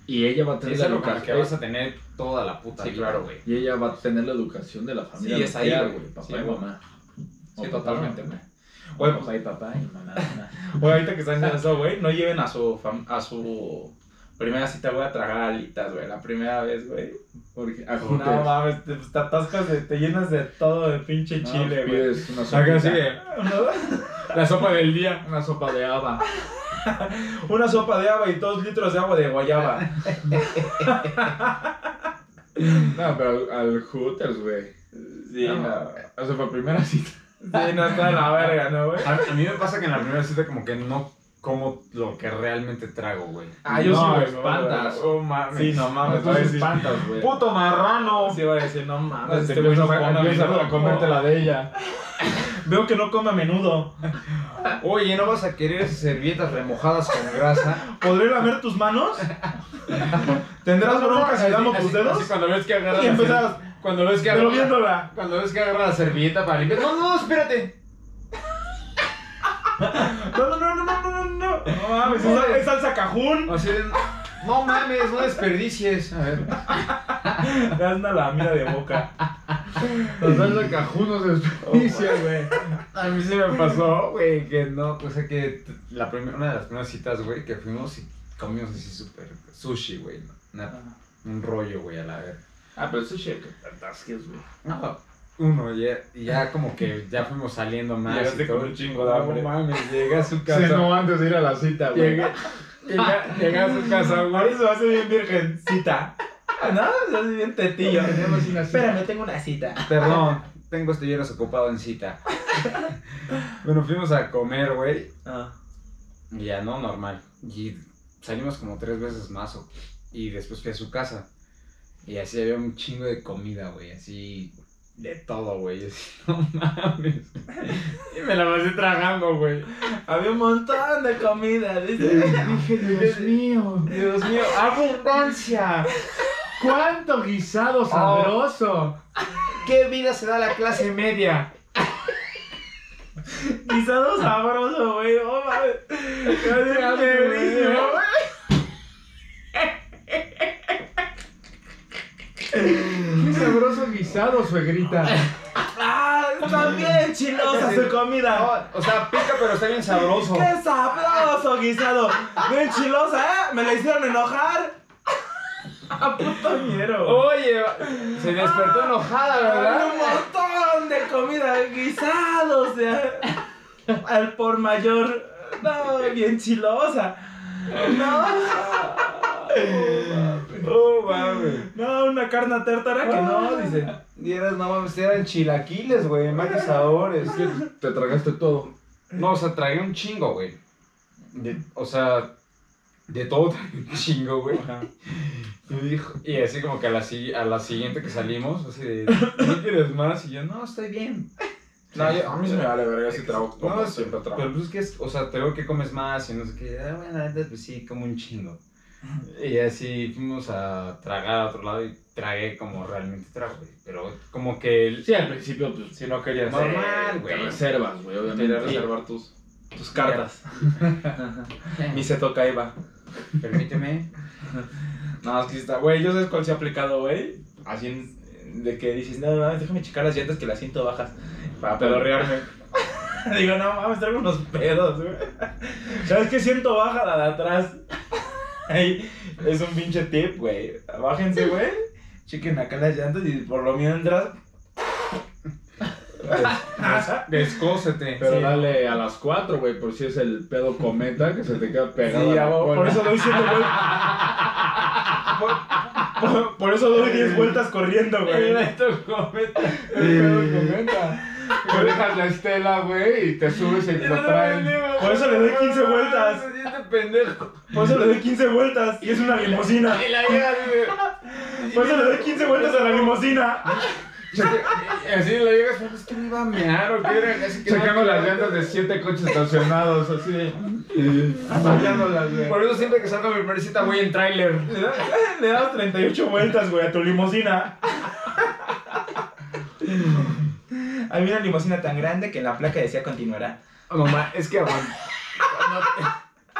Speaker 2: Y ella va a tener
Speaker 3: Es
Speaker 2: la
Speaker 3: algo con lo que vas
Speaker 2: educación.
Speaker 3: a tener toda la puta
Speaker 1: Sí,
Speaker 3: vida,
Speaker 1: claro.
Speaker 3: güey.
Speaker 2: Y ella va a tener la educación de la familia.
Speaker 1: Sí, es ahí,
Speaker 2: nuclear,
Speaker 1: güey.
Speaker 2: Papá
Speaker 1: Sí,
Speaker 2: y
Speaker 1: güey.
Speaker 2: mamá. O
Speaker 1: Sí,
Speaker 2: papá,
Speaker 1: totalmente,
Speaker 2: mamá.
Speaker 1: güey. Güey,
Speaker 2: O papá y papá y mamá. mamá.
Speaker 1: Güey, ahorita que están en eso, güey, no lleven a su, fam- a su primera cita, güey, a tragar alitas, güey, la primera vez, güey.
Speaker 2: Porque a
Speaker 1: No mames, te, pues, te atascas, de- te llenas de todo de pinche chile, güey.
Speaker 2: Es una
Speaker 3: Acá
Speaker 2: sopa,
Speaker 3: así de, la sopa del día.
Speaker 2: una sopa de haba.
Speaker 1: Una sopa de agua y dos litros de agua de guayaba.
Speaker 2: No, pero al, al Hooters, güey.
Speaker 1: Sí,
Speaker 2: No,
Speaker 1: no.
Speaker 2: O sea, para primera cita.
Speaker 1: Sí, no está de la verga, ¿no, güey?
Speaker 3: A, a mí me pasa que en la primera cita como que no como lo que realmente trago, güey.
Speaker 1: Ah, yo sí,
Speaker 2: No,
Speaker 1: güey.
Speaker 2: espantas.
Speaker 1: Oh, mames. Sí, no
Speaker 3: Ah,
Speaker 1: mames.
Speaker 2: Tú
Speaker 1: voy a
Speaker 2: te
Speaker 1: decir,
Speaker 2: espantas, güey.
Speaker 3: ¡Puto marrano!
Speaker 1: Sí, voy a decir, no mames.
Speaker 2: Te
Speaker 1: este güey no
Speaker 2: empiezas
Speaker 1: come
Speaker 2: a-
Speaker 1: a
Speaker 2: empiezas
Speaker 1: menudo.
Speaker 2: a comerte la de ella.
Speaker 1: Veo que no come a menudo.
Speaker 3: Oye, ¿no vas a querer esas servietas remojadas con grasa?
Speaker 1: ¿Podré lamer tus manos? ¿Tendrás broncas si damos tus
Speaker 3: Así
Speaker 1: dedos?
Speaker 3: cuando ves que agarras
Speaker 1: Y
Speaker 3: la
Speaker 1: empezabas,
Speaker 3: serv- Cuando ves que
Speaker 1: pero
Speaker 3: agarras...
Speaker 1: viéndola.
Speaker 3: Cuando ves que agarra la servilleta para limpiar. No, no, espérate.
Speaker 1: No, no, no, no, no, no, no. No mames, es, sal- es salsa cajún.
Speaker 3: O sea, no mames, no desperdicies. A ver.
Speaker 1: Das una lamida de boca.
Speaker 2: La salsa cajún no se desperdicia, güey.
Speaker 3: A mí se me pasó, güey, que no. O sea, que t- la prim- una de las primeras citas, güey, que fuimos y comimos así súper sushi, güey. ¿no? Una- un rollo, güey, a la verga.
Speaker 2: Ah, pero eso es que te atasques, güey.
Speaker 3: No, uno, ya, y ya como que ya fuimos saliendo más.
Speaker 1: Llegaste
Speaker 3: y todo.
Speaker 1: con un chingo de hambre.
Speaker 3: No mames, llegué a su
Speaker 2: Sí,
Speaker 3: casa.
Speaker 2: no antes de ir a la cita, güey.
Speaker 3: Llegué, llegué- llegué a su casa,
Speaker 1: Por
Speaker 3: güey.
Speaker 1: eso hace bien virgencita. Ah, No, se hace bien tetillo.
Speaker 2: Tenemos una cita.
Speaker 1: Espérame, tengo una cita.
Speaker 3: Perdón, tengo estuvieras ocupado en cita. bueno, fuimos a comer, güey.
Speaker 1: Ah.
Speaker 3: Y ya no, normal. Y salimos como tres veces más. o- Y después fui a su casa. Y así había un chingo de comida, güey. Así de todo, güey. y así, no mames. Y me la pasé tragando, güey.
Speaker 1: Había un montón de comida, dice.
Speaker 2: Dije, Dios mío.
Speaker 3: Dios mío, abundancia.
Speaker 2: ¡Cuánto
Speaker 3: Oh.
Speaker 2: guisado sabroso!
Speaker 3: ¿Qué vida se da a la clase media?
Speaker 1: Guisado sabroso, güey. Oh, mames. Qué
Speaker 3: hambre, güey.
Speaker 1: delicioso, güey.
Speaker 2: ¡Qué sabroso guisado, suegrita!
Speaker 1: Ah, está bien chilosa su comida.
Speaker 3: o sea, pica, pero está bien sabroso.
Speaker 1: Qué sabroso guisado. Bien chilosa, ¿eh? Me la hicieron enojar. A puto mierda.
Speaker 3: Oye, se despertó enojada,
Speaker 1: Había
Speaker 3: ¿verdad?
Speaker 1: un montón de comida guisados o sea, al por mayor. No, bien chilosa. No.
Speaker 3: Oh, mames.
Speaker 1: No, una carne tártara que no, dice.
Speaker 3: Y eras, no mames, eran chilaquiles, güey, más sabores.
Speaker 2: Te tragaste todo.
Speaker 3: No, o sea, tragué un chingo, güey. De- O sea, de todo tragué un chingo, güey. Y, dijo, y así como que a la, si- a la siguiente que salimos, así de, ¿no quieres más? Y yo, no, estoy bien.
Speaker 1: No, yo- a mí se me vale verga si trabajo como
Speaker 3: No, es-
Speaker 1: siempre trabajo.
Speaker 3: Pero pues es que, es, o sea, te veo que comes más y no sé qué. Ah, bueno, antes pues sí, como un chingo. Y así fuimos a tragar a otro lado y tragué como realmente trago, güey. Pero como que el-
Speaker 2: Sí, al principio, pues,
Speaker 1: Si no querías
Speaker 3: Normal,
Speaker 2: te
Speaker 3: güey.
Speaker 2: reservas, güey,
Speaker 1: Quería
Speaker 2: obviamente.
Speaker 1: reservar tus, tus cartas. Ni se toca Eva.
Speaker 3: Permíteme.
Speaker 1: No, es que sí está, güey, yo sabes cuál se ha aplicado, güey. Así en- de que dices, no mames, déjame checar las llantas que las siento bajas para pedorrearme. Digo, no mames, traigo unos pedos, güey. ¿Sabes qué siento baja la de atrás? Ahí es un pinche tip, güey. Bájense, güey. Chequen acá las llantas y por lo mientras. Pues,
Speaker 3: Descósete.
Speaker 2: Pero
Speaker 1: Sí.
Speaker 2: dale a las 4, güey, por si es el pedo cometa que se te queda pegado.
Speaker 1: Sí,
Speaker 2: a la
Speaker 1: ya, güey, por
Speaker 2: cola.
Speaker 1: eso doy siete vueltas. Por, por- por eso doy 10 vueltas corriendo, güey.
Speaker 3: Me tocó, me tocó.
Speaker 2: El pedo cometa. Te Eh. dejas la estela, güey, y te subes y te traen.
Speaker 1: Por eso le doy 15 vueltas.
Speaker 3: Este pendejo.
Speaker 1: Por eso le doy 15 vueltas y es una limosina.
Speaker 3: Y la llega así de-
Speaker 1: Por eso le doy 15 vueltas a la limosina.
Speaker 3: Y así la llegas, es que me iba a mear o qué era. Así que
Speaker 2: Sacando las llantas de 7 coches estacionados, así de. Fallándolas, güey.
Speaker 3: Por eso siempre que salgo a mi primera cita voy en tráiler.
Speaker 1: Le da- le das 38 vueltas, güey, a tu limosina. Había una limosina tan grande que en la placa decía continuará.
Speaker 3: No, ma, es que aguanta.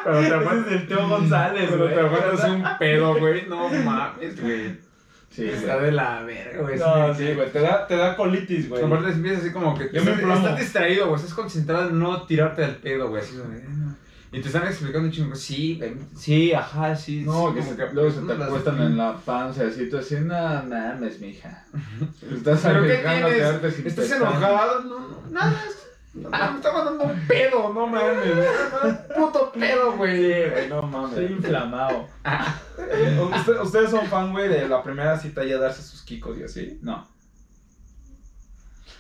Speaker 3: Pero te
Speaker 1: Ese
Speaker 3: aguantas,
Speaker 1: es el Teo González,
Speaker 3: pero
Speaker 1: güey.
Speaker 3: te aguantas un pedo, güey. No mames, güey.
Speaker 2: Sí,
Speaker 3: Está
Speaker 2: güey.
Speaker 3: de la verga, güey.
Speaker 1: No, Pues sí, güey. Te da, te da colitis, güey.
Speaker 3: Aparte empiezas así como que
Speaker 1: Yo me
Speaker 3: estás,
Speaker 1: plomo.
Speaker 3: estás distraído, güey. Estás concentrado en no tirarte al pedo, güey. Así, güey, no. Y te están explicando chingo. Sí, güey, sí, ajá, sí.
Speaker 2: No,
Speaker 3: sí,
Speaker 2: que
Speaker 3: como
Speaker 2: se- luego se te
Speaker 3: las-
Speaker 2: acuestan en la panza y así tú así, no mames, mija. Estás
Speaker 3: ¿Pero qué
Speaker 2: arriesgando a quedarte
Speaker 3: tienes?
Speaker 2: sin
Speaker 3: ¿Estás
Speaker 2: pestañas.
Speaker 3: enojado? No, no, nada. es- no, no, me está mandando un pedo, no mames. güey. Un Puto pedo, güey.
Speaker 2: No mames.
Speaker 1: Estoy inflamado. ¿Usted- ¿Ustedes son fan, güey, de la primera cita ya darse sus kikos y así?
Speaker 2: No.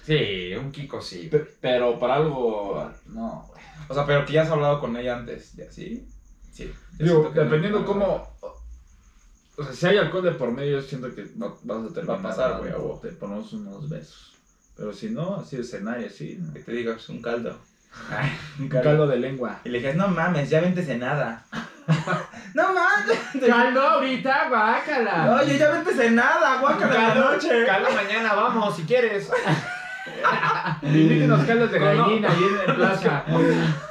Speaker 3: Sí, un Kiko sí.
Speaker 2: Pe- Pero para algo. No, güey.
Speaker 1: O sea, pero que ya has hablado con ella antes, ¿y así? Sí. Yo
Speaker 2: Digo,
Speaker 1: siento que no,
Speaker 2: dependiendo
Speaker 1: no,
Speaker 2: cómo. O sea, si hay alcohol de por medio, yo siento que no vas a terminar.
Speaker 1: Va a pasar, güey, a huevo.
Speaker 2: Te ponemos unos besos. Pero si no, así de escenario, así. ¿no?
Speaker 1: Que te diga, pues un caldo. un
Speaker 2: Un caldo de lengua.
Speaker 1: Y le dices, no mames, ya vente nada. no mames.
Speaker 3: Caldo ahorita, guácala.
Speaker 1: Oye, ya vente nada, guácala de la noche.
Speaker 3: Caldo mañana, vamos, si quieres.
Speaker 2: Invítenos caldos de
Speaker 3: Con-
Speaker 2: gallina ahí en la plaza.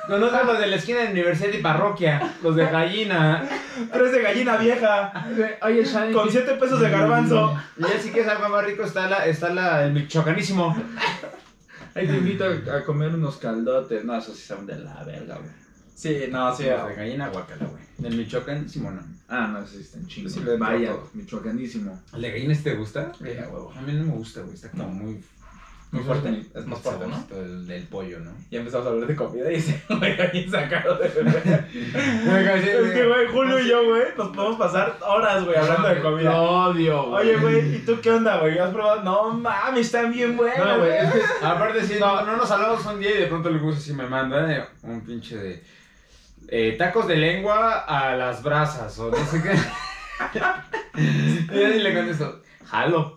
Speaker 3: Conozco los de la esquina de Universidad y Parroquia, los de gallina.
Speaker 1: Tres de gallina vieja.
Speaker 2: Oye, Shani.
Speaker 1: Con siete pesos de garbanzo.
Speaker 3: Y ya sí que es algo más rico, está, la, está la, el michoacanísimo.
Speaker 2: Ahí te invito a, a comer unos caldotes. No, esos sí son de la verga, güey.
Speaker 1: Sí, no, sí.
Speaker 3: Los de gallina, guácala, güey. El michoacanísimo, no.
Speaker 2: Ah, no, esos sí están chingos.
Speaker 1: Sí, le entro
Speaker 2: Vaya,
Speaker 1: todo.
Speaker 2: michoacanísimo.
Speaker 3: ¿El de gallina este te gusta?
Speaker 1: Sí, a huevo.
Speaker 3: A mí no me gusta, güey. Está como muy.
Speaker 1: Muy fuerte. Es más fuerte, ¿no?
Speaker 3: saborcito El del pollo, ¿no?
Speaker 1: Ya empezamos a hablar de comida y se güey, bien sacado de Es que, güey,
Speaker 3: Es
Speaker 1: Pues Julio y yo, güey, nos podemos pasar horas, güey, hablando de comida.
Speaker 2: Lo odio, güey.
Speaker 1: Oye, güey, ¿y tú qué onda, güey? ¿Has probado? No mames, están bien buenas,
Speaker 2: No, güey,
Speaker 1: güey.
Speaker 2: es que
Speaker 3: que, aparte, si no, no nos hablamos un día y de pronto el gusto sí me manda eh, un pinche de. eh, tacos de lengua a las brasas o no sé qué. y yo sí le contesto, jalo.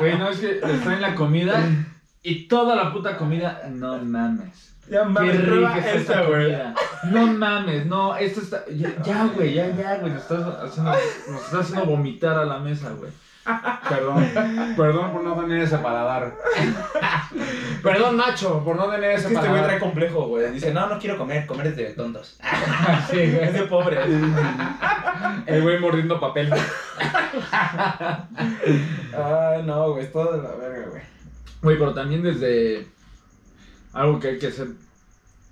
Speaker 2: Güey, no, es que está en la comida y toda la puta comida, no mames.
Speaker 1: Ya
Speaker 2: Qué
Speaker 1: mames,
Speaker 2: rica
Speaker 1: prueba
Speaker 2: está
Speaker 1: esta,
Speaker 2: esta
Speaker 1: güey.
Speaker 2: comida. No mames, no, esto está. Ya, ya, güey, ya, ya, güey. Nos estás haciendo, nos estás haciendo vomitar a la mesa, güey.
Speaker 3: Perdón, perdón por no tener ese paladar. perdón, Nacho, por no tener
Speaker 1: Es
Speaker 3: ese
Speaker 1: que este güey
Speaker 3: paladar.
Speaker 1: trae complejo, güey. Dice, no, no quiero comer, comer es de tontos.
Speaker 3: Sí, güey.
Speaker 1: Es de pobre.
Speaker 3: El güey mordiendo papel.
Speaker 1: Ay, Ah, no, güey, es todo de la verga, güey.
Speaker 2: Güey, pero también desde. Algo que hay que hacer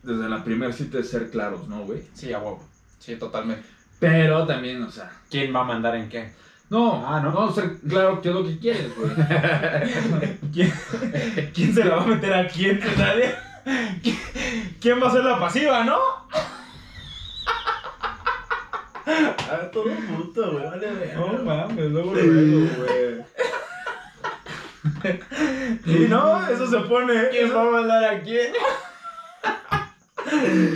Speaker 2: desde la primera cita es ser claros, ¿no, güey?
Speaker 1: Sí, a huevo. Sí, totalmente.
Speaker 2: Pero también, o sea.
Speaker 3: ¿Quién va a mandar en qué?
Speaker 2: No,
Speaker 3: Ah, ¿no?
Speaker 2: no ser claro qué es lo que quieres, güey.
Speaker 1: ¿Quién, quién se la va a meter a quién? Pues Nadie. ¿Qui- ¿Quién va a ser la pasiva, no? A ver, Ah, todo puto, güey. No mames, luego, luego, güey. Y no, eso se pone.
Speaker 3: ¿Quién va a mandar a quién?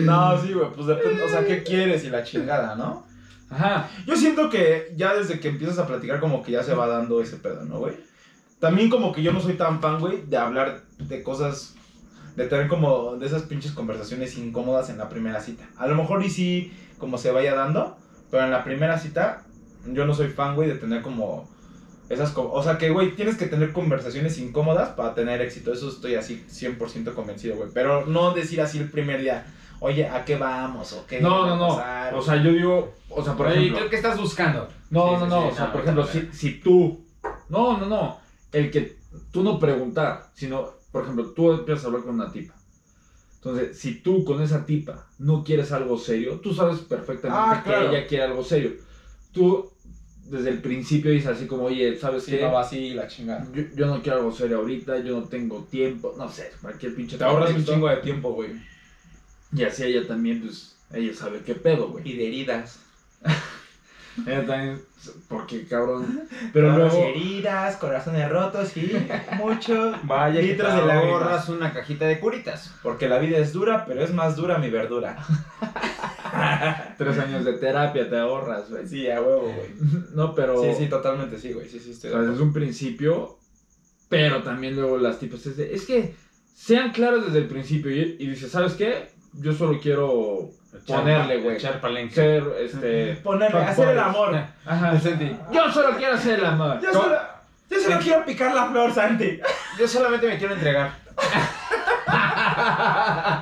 Speaker 1: No, sí, güey, pues depende, o sea, ¿qué quieres y la chingada, no?
Speaker 2: Ajá.
Speaker 1: Yo siento que ya desde que empiezas a platicar como que ya se va dando ese pedo, ¿no, güey? También como que yo no soy tan fan, güey, de hablar de cosas, de tener como de esas pinches conversaciones incómodas en la primera cita. A lo mejor y sí, como se vaya dando, pero en la primera cita yo no soy fan, güey, de tener como esas... co- O sea que, güey, tienes que tener conversaciones incómodas para tener éxito. Eso estoy así 100% convencido, güey. Pero no decir así el primer día, oye, ¿a qué vamos? ¿O qué
Speaker 2: No,
Speaker 1: va
Speaker 2: no,
Speaker 1: a
Speaker 2: no.
Speaker 1: pasar?"
Speaker 2: O sea, yo digo, o sea, por ejemplo.
Speaker 3: ¿Qué estás buscando?
Speaker 2: No,
Speaker 3: Sí,
Speaker 2: no,
Speaker 3: sí,
Speaker 2: no.
Speaker 3: sí,
Speaker 2: o sea,
Speaker 3: no,
Speaker 2: por
Speaker 3: no, no,
Speaker 2: ejemplo,
Speaker 3: no.
Speaker 2: si, si tú. No, no, no. El que tú no preguntar, sino, por ejemplo, tú empiezas a hablar con una tipa. Entonces, si tú con esa tipa no quieres algo serio, tú sabes perfectamente
Speaker 1: Ah, claro.
Speaker 2: que ella quiere algo serio. Tú desde el principio dices así como, oye, ¿sabes
Speaker 1: Sí,
Speaker 2: qué?
Speaker 1: no va así la chingada.
Speaker 2: Yo, yo no quiero algo serio ahorita, yo no tengo tiempo, no sé, cualquier pinche
Speaker 1: Te ahorras un
Speaker 2: pretexto.
Speaker 1: chingo de tiempo, güey.
Speaker 2: Y así ella también, pues, ella sabe qué pedo, güey.
Speaker 1: de heridas.
Speaker 2: Ella Eh, también, porque cabrón. Pero luego,
Speaker 1: heridas, corazones rotos y mucho.
Speaker 3: Vaya, que te
Speaker 1: Litros de lágrimas.
Speaker 3: ahorras una cajita de curitas.
Speaker 1: Porque la vida es dura, pero es más dura mi verdura.
Speaker 2: tres años de terapia te ahorras, güey.
Speaker 1: Sí, a huevo, güey.
Speaker 2: No, pero.
Speaker 1: Sí, sí, totalmente sí, güey. Sí, sí,
Speaker 2: o
Speaker 1: estoy de
Speaker 2: sea,
Speaker 1: acuerdo.
Speaker 2: es un principio, pero también luego las tipas es de, es que sean claros desde el principio y, y dices, ¿sabes qué? Yo solo quiero Ponerle, güey.
Speaker 3: Echar palenque. Eh.
Speaker 2: ser, este...
Speaker 1: Ponerle,
Speaker 2: fuck
Speaker 1: hacer el
Speaker 2: buddies.
Speaker 1: amor.
Speaker 2: Ajá,
Speaker 3: Santi.
Speaker 2: Yo solo quiero hacer el amor.
Speaker 1: Yo solo, yo solo quiero picar la flor, Santi.
Speaker 3: Yo solamente me quiero entregar.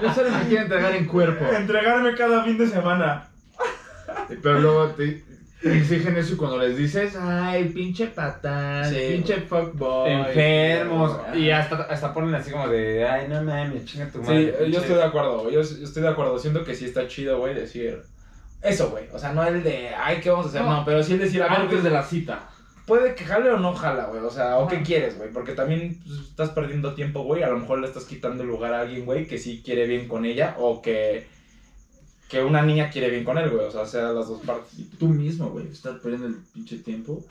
Speaker 2: Yo solo me quiero entregar en cuerpo.
Speaker 1: Entregarme cada fin de semana.
Speaker 2: Pero luego te exigen eso y cuando les dices, ay, pinche patán,
Speaker 1: Sí,
Speaker 2: pinche fuckboy.
Speaker 3: Enfermos. Y hasta, hasta ponen así como de, ay, no mames, chinga tu
Speaker 1: Sí,
Speaker 3: madre.
Speaker 1: yo estoy de acuerdo, güey. Yo, yo estoy de acuerdo. Siento que sí está chido, güey, decir eso, güey. O sea, no el de, ay, ¿qué vamos a hacer? No,
Speaker 2: No.
Speaker 1: pero sí el decir, a ver,
Speaker 2: Antes de la cita.
Speaker 1: puede que jale o no jala, güey. O sea, o qué
Speaker 2: Ajá.
Speaker 1: quieres, güey. Porque también pues, estás perdiendo tiempo, güey. A lo mejor le estás quitando lugar a alguien, güey, que sí quiere bien con ella o que, que una niña quiere bien con él, güey. O sea, sea las dos partes.
Speaker 2: Y tú mismo, güey, estás perdiendo el pinche tiempo.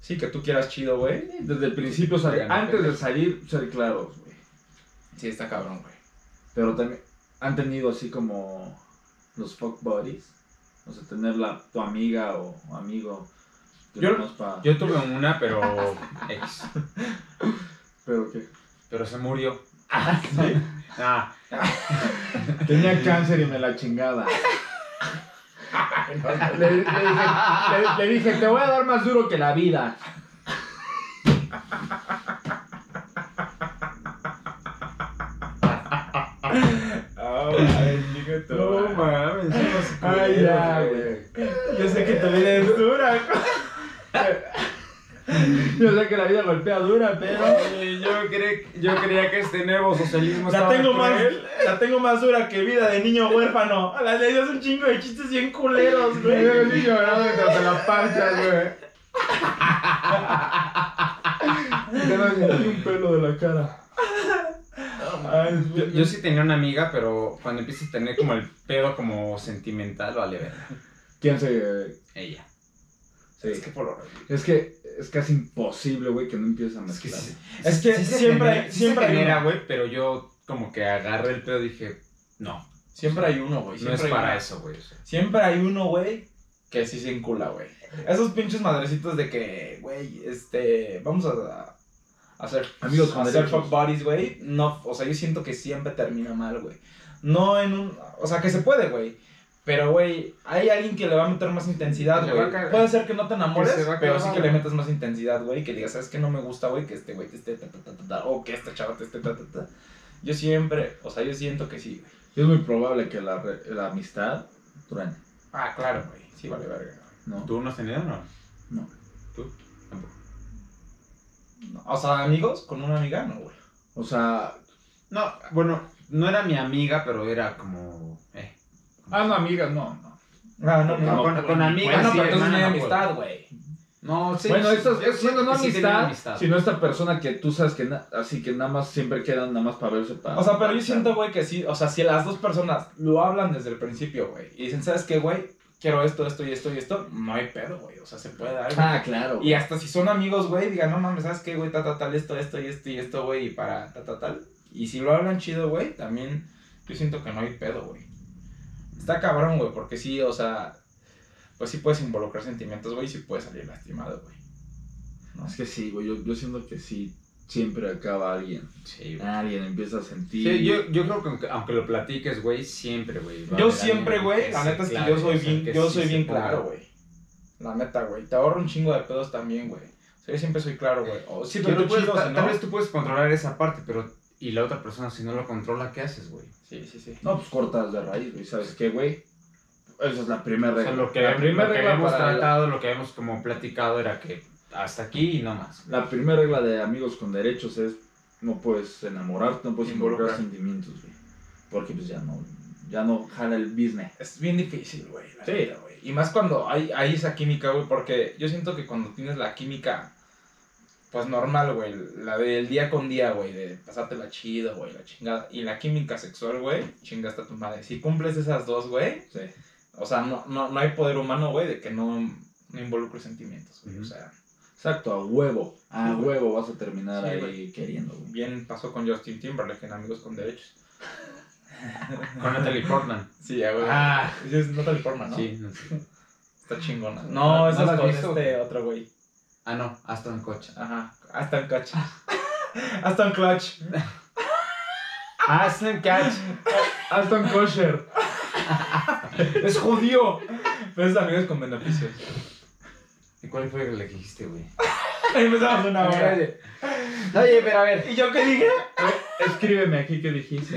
Speaker 1: Sí, que tú quieras chido, güey.
Speaker 2: Desde el principio, o sea,
Speaker 3: Oigan,
Speaker 2: antes de
Speaker 3: pendejos.
Speaker 2: salir, ser claros, güey.
Speaker 1: Sí, está cabrón, güey.
Speaker 2: Pero también han tenido así como los fuck buddies. O sea, tener la, tu amiga o amigo. que
Speaker 1: Yo-
Speaker 2: conozca-
Speaker 3: Yo tuve una, pero. X.
Speaker 2: Pero que.
Speaker 3: Pero se murió.
Speaker 2: Ah, sí.
Speaker 3: Ah,
Speaker 2: Tenía cáncer y me la chingaba. Le, le dije, le- le dije, te voy a dar más duro que la vida.
Speaker 1: Ah, No, ma-
Speaker 3: mames, somos
Speaker 2: Ay, ya, güey.
Speaker 1: Ah, Yo sé que tu vida es dura,
Speaker 2: Yo sé que la vida golpea dura, pero.
Speaker 3: Ay, Yo creí, yo creía que este nuevo socialismo
Speaker 1: La
Speaker 3: estaba
Speaker 1: tengo más,
Speaker 3: cruel.
Speaker 1: la tengo más dura que vida de niño huérfano. A la ley es un chingo de chistes bien culeros, güey.
Speaker 2: Yo sí llorando mientras te la panchas, güey. Y Te vas a un pelo de la cara. Ay,
Speaker 3: Yo, yo sí tenía una amiga, pero cuando empiezas a tener como el pedo como sentimental, vale ver.
Speaker 2: ¿Quién se.?
Speaker 3: Ella.
Speaker 1: Es que por lo
Speaker 2: Es que es casi imposible, güey, que no empieces a
Speaker 3: Es que,
Speaker 2: mezclar.
Speaker 3: sí-
Speaker 1: Es que
Speaker 3: sí se
Speaker 1: siempre hay-
Speaker 3: genera- sí
Speaker 1: siempre
Speaker 3: se
Speaker 1: hay
Speaker 3: genera,
Speaker 1: uno.
Speaker 3: güey, pero yo como que agarré el pedo y dije, no,
Speaker 1: Siempre hay uno, güey.
Speaker 3: no
Speaker 1: siempre
Speaker 3: es
Speaker 1: hay
Speaker 3: para
Speaker 1: uno.
Speaker 3: eso, güey. o sea.
Speaker 1: Siempre hay uno, güey, que sí se encula, güey. Esos pinches madrecitos de que, güey, este, vamos a, a hacer
Speaker 2: Amigos con
Speaker 1: a hacer
Speaker 2: derechos.
Speaker 1: fuck buddies, güey. No, o sea, yo siento que siempre termina mal, güey. No en un, o sea, que se puede, güey. Pero, güey, hay alguien que le va a meter más intensidad,
Speaker 3: Le va a
Speaker 1: güey.
Speaker 3: cagar.
Speaker 1: Puede ser que no te enamores,
Speaker 3: Que se va a
Speaker 1: pero sí
Speaker 3: clavar,
Speaker 1: que le
Speaker 3: güey.
Speaker 1: metas más intensidad, güey. Que digas, ¿sabes qué? No me gusta, güey, que este güey te esté ta, ta, ta, ta, ta, o que esta chava te esté ta, ta, ta. Yo siempre, o sea, yo siento que sí, güey.
Speaker 2: Es muy probable que la, re- la amistad truene,
Speaker 1: Ah, claro, güey. Sí, vale, verga.
Speaker 2: ¿no?
Speaker 3: ¿Tú no has tenido o no?
Speaker 2: No.
Speaker 3: ¿Tú? Tampoco.
Speaker 1: No, O sea, amigos con una amiga, no, güey.
Speaker 2: O sea,
Speaker 3: No, bueno, no era mi amiga, pero era como... Eh.
Speaker 2: ah, no, amigas, no, no.
Speaker 1: Ah, no,
Speaker 3: No,
Speaker 1: no.
Speaker 3: con, con amigas,
Speaker 1: Bueno,
Speaker 3: sí,
Speaker 1: pero entonces
Speaker 3: hermana,
Speaker 1: no hay
Speaker 3: no,
Speaker 1: amistad, güey.
Speaker 3: No, sí.
Speaker 2: bueno,
Speaker 3: sí,
Speaker 2: esto
Speaker 3: yo
Speaker 2: es
Speaker 3: siento
Speaker 2: bueno, no
Speaker 3: que sí
Speaker 2: amistad,
Speaker 3: tenía
Speaker 2: sino esta persona que tú sabes que na- así que nada más siempre quedan nada más para verse para.
Speaker 1: O sea, pero yo siento, güey, que sí. O sea, si las dos personas lo hablan desde el principio, güey, y dicen, ¿sabes qué, güey? Quiero esto, esto y esto y esto, no hay pedo, güey. O sea, se puede dar. güey.
Speaker 2: Ah, claro.
Speaker 1: Y hasta si son amigos, güey, digan, no mames, ¿sabes qué, güey? Ta, ta, tal, esto, esto y esto y esto, güey, y para ta, ta, tal. Y si lo hablan chido, güey, también yo siento que no hay pedo, güey. Está cabrón, güey, porque sí, o sea, pues sí puedes involucrar sentimientos, güey, y sí puedes salir lastimado, güey. ¿No?
Speaker 2: Es que sí, güey, yo, yo siento que sí, siempre acaba alguien.
Speaker 1: Sí, güey.
Speaker 2: Alguien empieza a sentir.
Speaker 3: Sí, yo, yo creo que aunque, aunque lo platiques, güey, siempre, güey. va a
Speaker 1: Yo
Speaker 3: haber
Speaker 1: siempre,
Speaker 3: alguien
Speaker 1: güey,
Speaker 3: que
Speaker 1: la
Speaker 3: se
Speaker 1: neta es que
Speaker 3: clave,
Speaker 1: yo soy
Speaker 3: o sea,
Speaker 1: bien,
Speaker 3: que
Speaker 1: yo
Speaker 3: sí
Speaker 1: soy
Speaker 3: se
Speaker 1: bien
Speaker 3: ponga.
Speaker 1: claro, güey. La neta, güey, te ahorro un chingo de pedos también, güey. O sea, yo siempre soy claro, güey. O sí,
Speaker 3: Que
Speaker 1: pero
Speaker 3: tú puedes-
Speaker 1: chido,
Speaker 3: ta-
Speaker 1: si
Speaker 3: Tal
Speaker 1: no.
Speaker 3: vez tú puedes controlar esa parte, pero... Y la otra persona, si no lo controla, ¿qué haces, güey?
Speaker 1: Sí, sí, sí.
Speaker 2: No, pues cortas de raíz, güey. ¿Sabes qué, güey? Esa es la primera
Speaker 3: O sea,
Speaker 2: regla.
Speaker 3: lo que,
Speaker 2: la primera
Speaker 3: lo que
Speaker 2: regla
Speaker 3: habíamos
Speaker 2: para la-
Speaker 3: tratado, lo que habíamos como platicado era que hasta aquí y no más.
Speaker 2: La primera regla de amigos con derechos es no puedes enamorarte, no puedes involucrar,
Speaker 1: Involucrar.
Speaker 2: sentimientos, güey. Porque pues ya no, ya no jala el business.
Speaker 1: Es bien difícil, güey. la
Speaker 2: Sí.
Speaker 1: neta, güey. Y más cuando hay, hay esa química, güey, porque yo siento que cuando tienes la química, pues normal, güey, la del día con día, güey, de pasártela chido, güey, la chingada. Y la química sexual, güey, chinga hasta tu madre. Si cumples esas dos, güey,
Speaker 2: Sí.
Speaker 1: o sea, no, no, no hay poder humano, güey, de que no, no involucre sentimientos, güey. O
Speaker 3: Ujú.
Speaker 1: sea,
Speaker 2: Exacto, a huevo. A
Speaker 1: Sí, güey.
Speaker 2: huevo vas a terminar
Speaker 1: Sí,
Speaker 2: ahí
Speaker 1: güey.
Speaker 2: queriendo, güey.
Speaker 1: bien pasó con Justin Timberlake en Amigos con Derechos.
Speaker 3: Con Natalie Portman.
Speaker 1: Sí, ya, güey.
Speaker 3: Ah.
Speaker 1: Es nota del forma, ¿no?
Speaker 3: Sí, no sé.
Speaker 1: Está chingona.
Speaker 3: ¿No
Speaker 1: No, esa
Speaker 3: la
Speaker 1: es
Speaker 3: has
Speaker 1: con
Speaker 3: visto?
Speaker 1: este otro, güey.
Speaker 3: Ah, no, hasta en coche.
Speaker 1: Ajá, hasta un clutch. hasta un clutch.
Speaker 3: Aston Ah, Catch. Aston Kosher. es judío.
Speaker 1: Pero es amigos con beneficios.
Speaker 3: ¿Y cuál fue la que dijiste, güey? eh.
Speaker 1: Empezamos una hora.
Speaker 3: Oye, pero a ver.
Speaker 1: ¿Y yo qué dije?
Speaker 2: Escríbeme aquí qué dijiste.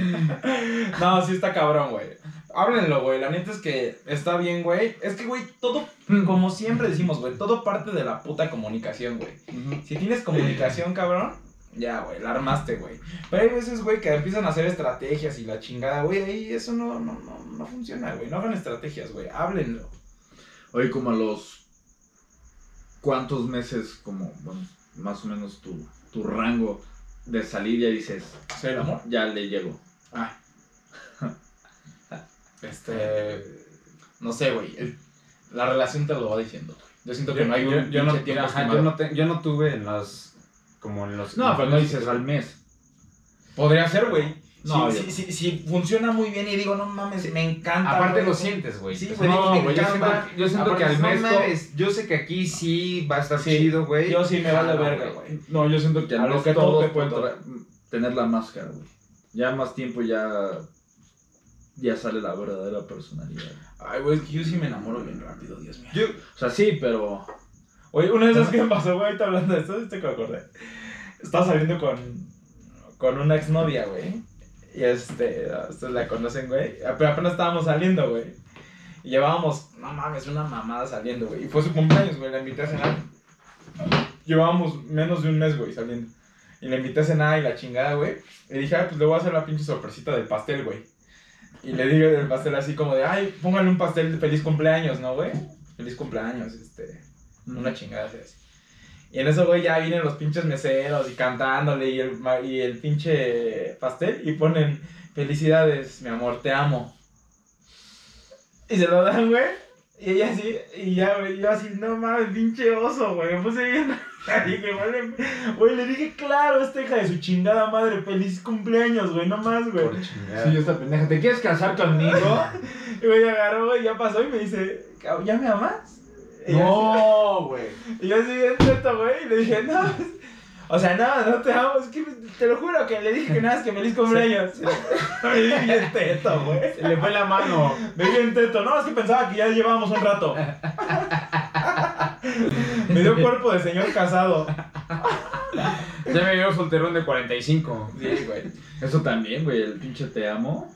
Speaker 1: No, sí está cabrón, güey. Háblenlo, güey. La neta es que está bien, güey. Es que, güey, todo, como siempre decimos, güey, todo parte de la puta comunicación, güey. Si tienes comunicación, cabrón, ya, güey, la armaste, güey. Pero hay veces, güey, que empiezan a hacer estrategias y la chingada, güey, ahí eso no, no, no, no funciona, güey. No hagan estrategias, güey. Háblenlo.
Speaker 2: Oye, como a los cuántos meses, como bueno, más o menos tu, tu rango de salir, ya dices,
Speaker 1: Soy el amor.
Speaker 2: ya le llego.
Speaker 1: Este. No sé, güey. el- La relación te lo va diciendo. Yo siento que
Speaker 3: Yo,
Speaker 1: no hay un
Speaker 3: yo- yo no,
Speaker 1: pinche tiempo
Speaker 3: ajá,
Speaker 1: estimado.
Speaker 3: yo, no te- yo no tuve en las. Como en los.
Speaker 2: No, pero no dices al mes.
Speaker 1: Podría ser, güey.
Speaker 2: No,
Speaker 1: si,
Speaker 2: yo-
Speaker 1: si, si, si funciona muy bien y digo, no mames, me encanta.
Speaker 3: Aparte
Speaker 1: güey,
Speaker 3: lo
Speaker 1: eso-
Speaker 3: sientes, güey.
Speaker 1: Sí,
Speaker 3: O sea,
Speaker 1: güey,
Speaker 3: No,
Speaker 1: me
Speaker 3: güey. Yo
Speaker 1: encanta.
Speaker 3: siento, yo siento que
Speaker 1: Aparte,
Speaker 3: al
Speaker 1: no
Speaker 3: mes.
Speaker 1: mames.
Speaker 3: yo sé que aquí sí va a estar
Speaker 1: Sí,
Speaker 3: chido, güey.
Speaker 1: Yo sí me vale
Speaker 3: Jala,
Speaker 1: verga, güey.
Speaker 2: No, yo siento que
Speaker 1: A
Speaker 2: a
Speaker 1: lo
Speaker 2: lo
Speaker 1: que
Speaker 2: que todos
Speaker 1: tope,
Speaker 2: pueden
Speaker 1: puto.
Speaker 2: tra- tener la máscara, güey. Ya más tiempo ya ya sale la verdadera personalidad.
Speaker 1: Ay, güey, es que yo sí me enamoro bien rápido, Dios mío.
Speaker 3: Yo-
Speaker 2: O sea, sí, pero
Speaker 1: Oye, una de esas que me pasó, güey, ahorita hablando de esto, ¿viste que me acordé? Estaba saliendo con, con una exnovia, güey. Y este, ustedes la conocen, güey. Pero apenas estábamos saliendo, güey. Y llevábamos, no mames, una mamada saliendo, güey. Y fue su cumpleaños, güey, la invité a cenar. Llevábamos menos de un mes, güey, saliendo. Y la invité a cenar y la chingada, güey. Y dije, ay, pues le voy a hacer la pinche sorpresita del pastel, güey. Y le digo del pastel así como de, ay, póngale un pastel de feliz cumpleaños, ¿no, güey? Feliz cumpleaños, este. Una chingada así. así. Y en eso, güey, ya vienen los pinches meseros y cantándole y el, ma- y el pinche pastel y ponen felicidades, mi amor, te amo. Y se lo dan, güey. Y ella así, y ya, güey, yo así, no mames, pinche oso, güey. Me puse bien. Dije, vale, güey, le dije, claro, esta hija de su chingada madre, feliz cumpleaños, güey, no más, güey.
Speaker 3: Por chingada.
Speaker 2: Sí, esta pendeja, ¿te quieres casar conmigo?
Speaker 1: Y güey agarró, güey, ya pasó y me dice, ¿ya me amas? Y yo así-
Speaker 2: no, güey.
Speaker 1: Y yo así bien teto, güey, y le dije, no, es- o sea, no, no te amo, es que te lo juro que le dije que nada, es que feliz cumpleaños. Me vi bien teto, güey.
Speaker 2: Se le fue la mano.
Speaker 1: Me vi bien teto, no, es que pensaba que ya llevábamos un rato. Me dio cuerpo de señor casado.
Speaker 3: Ya me veo solterón de 45.
Speaker 1: Sí, güey.
Speaker 2: Eso también, güey, el pinche te amo.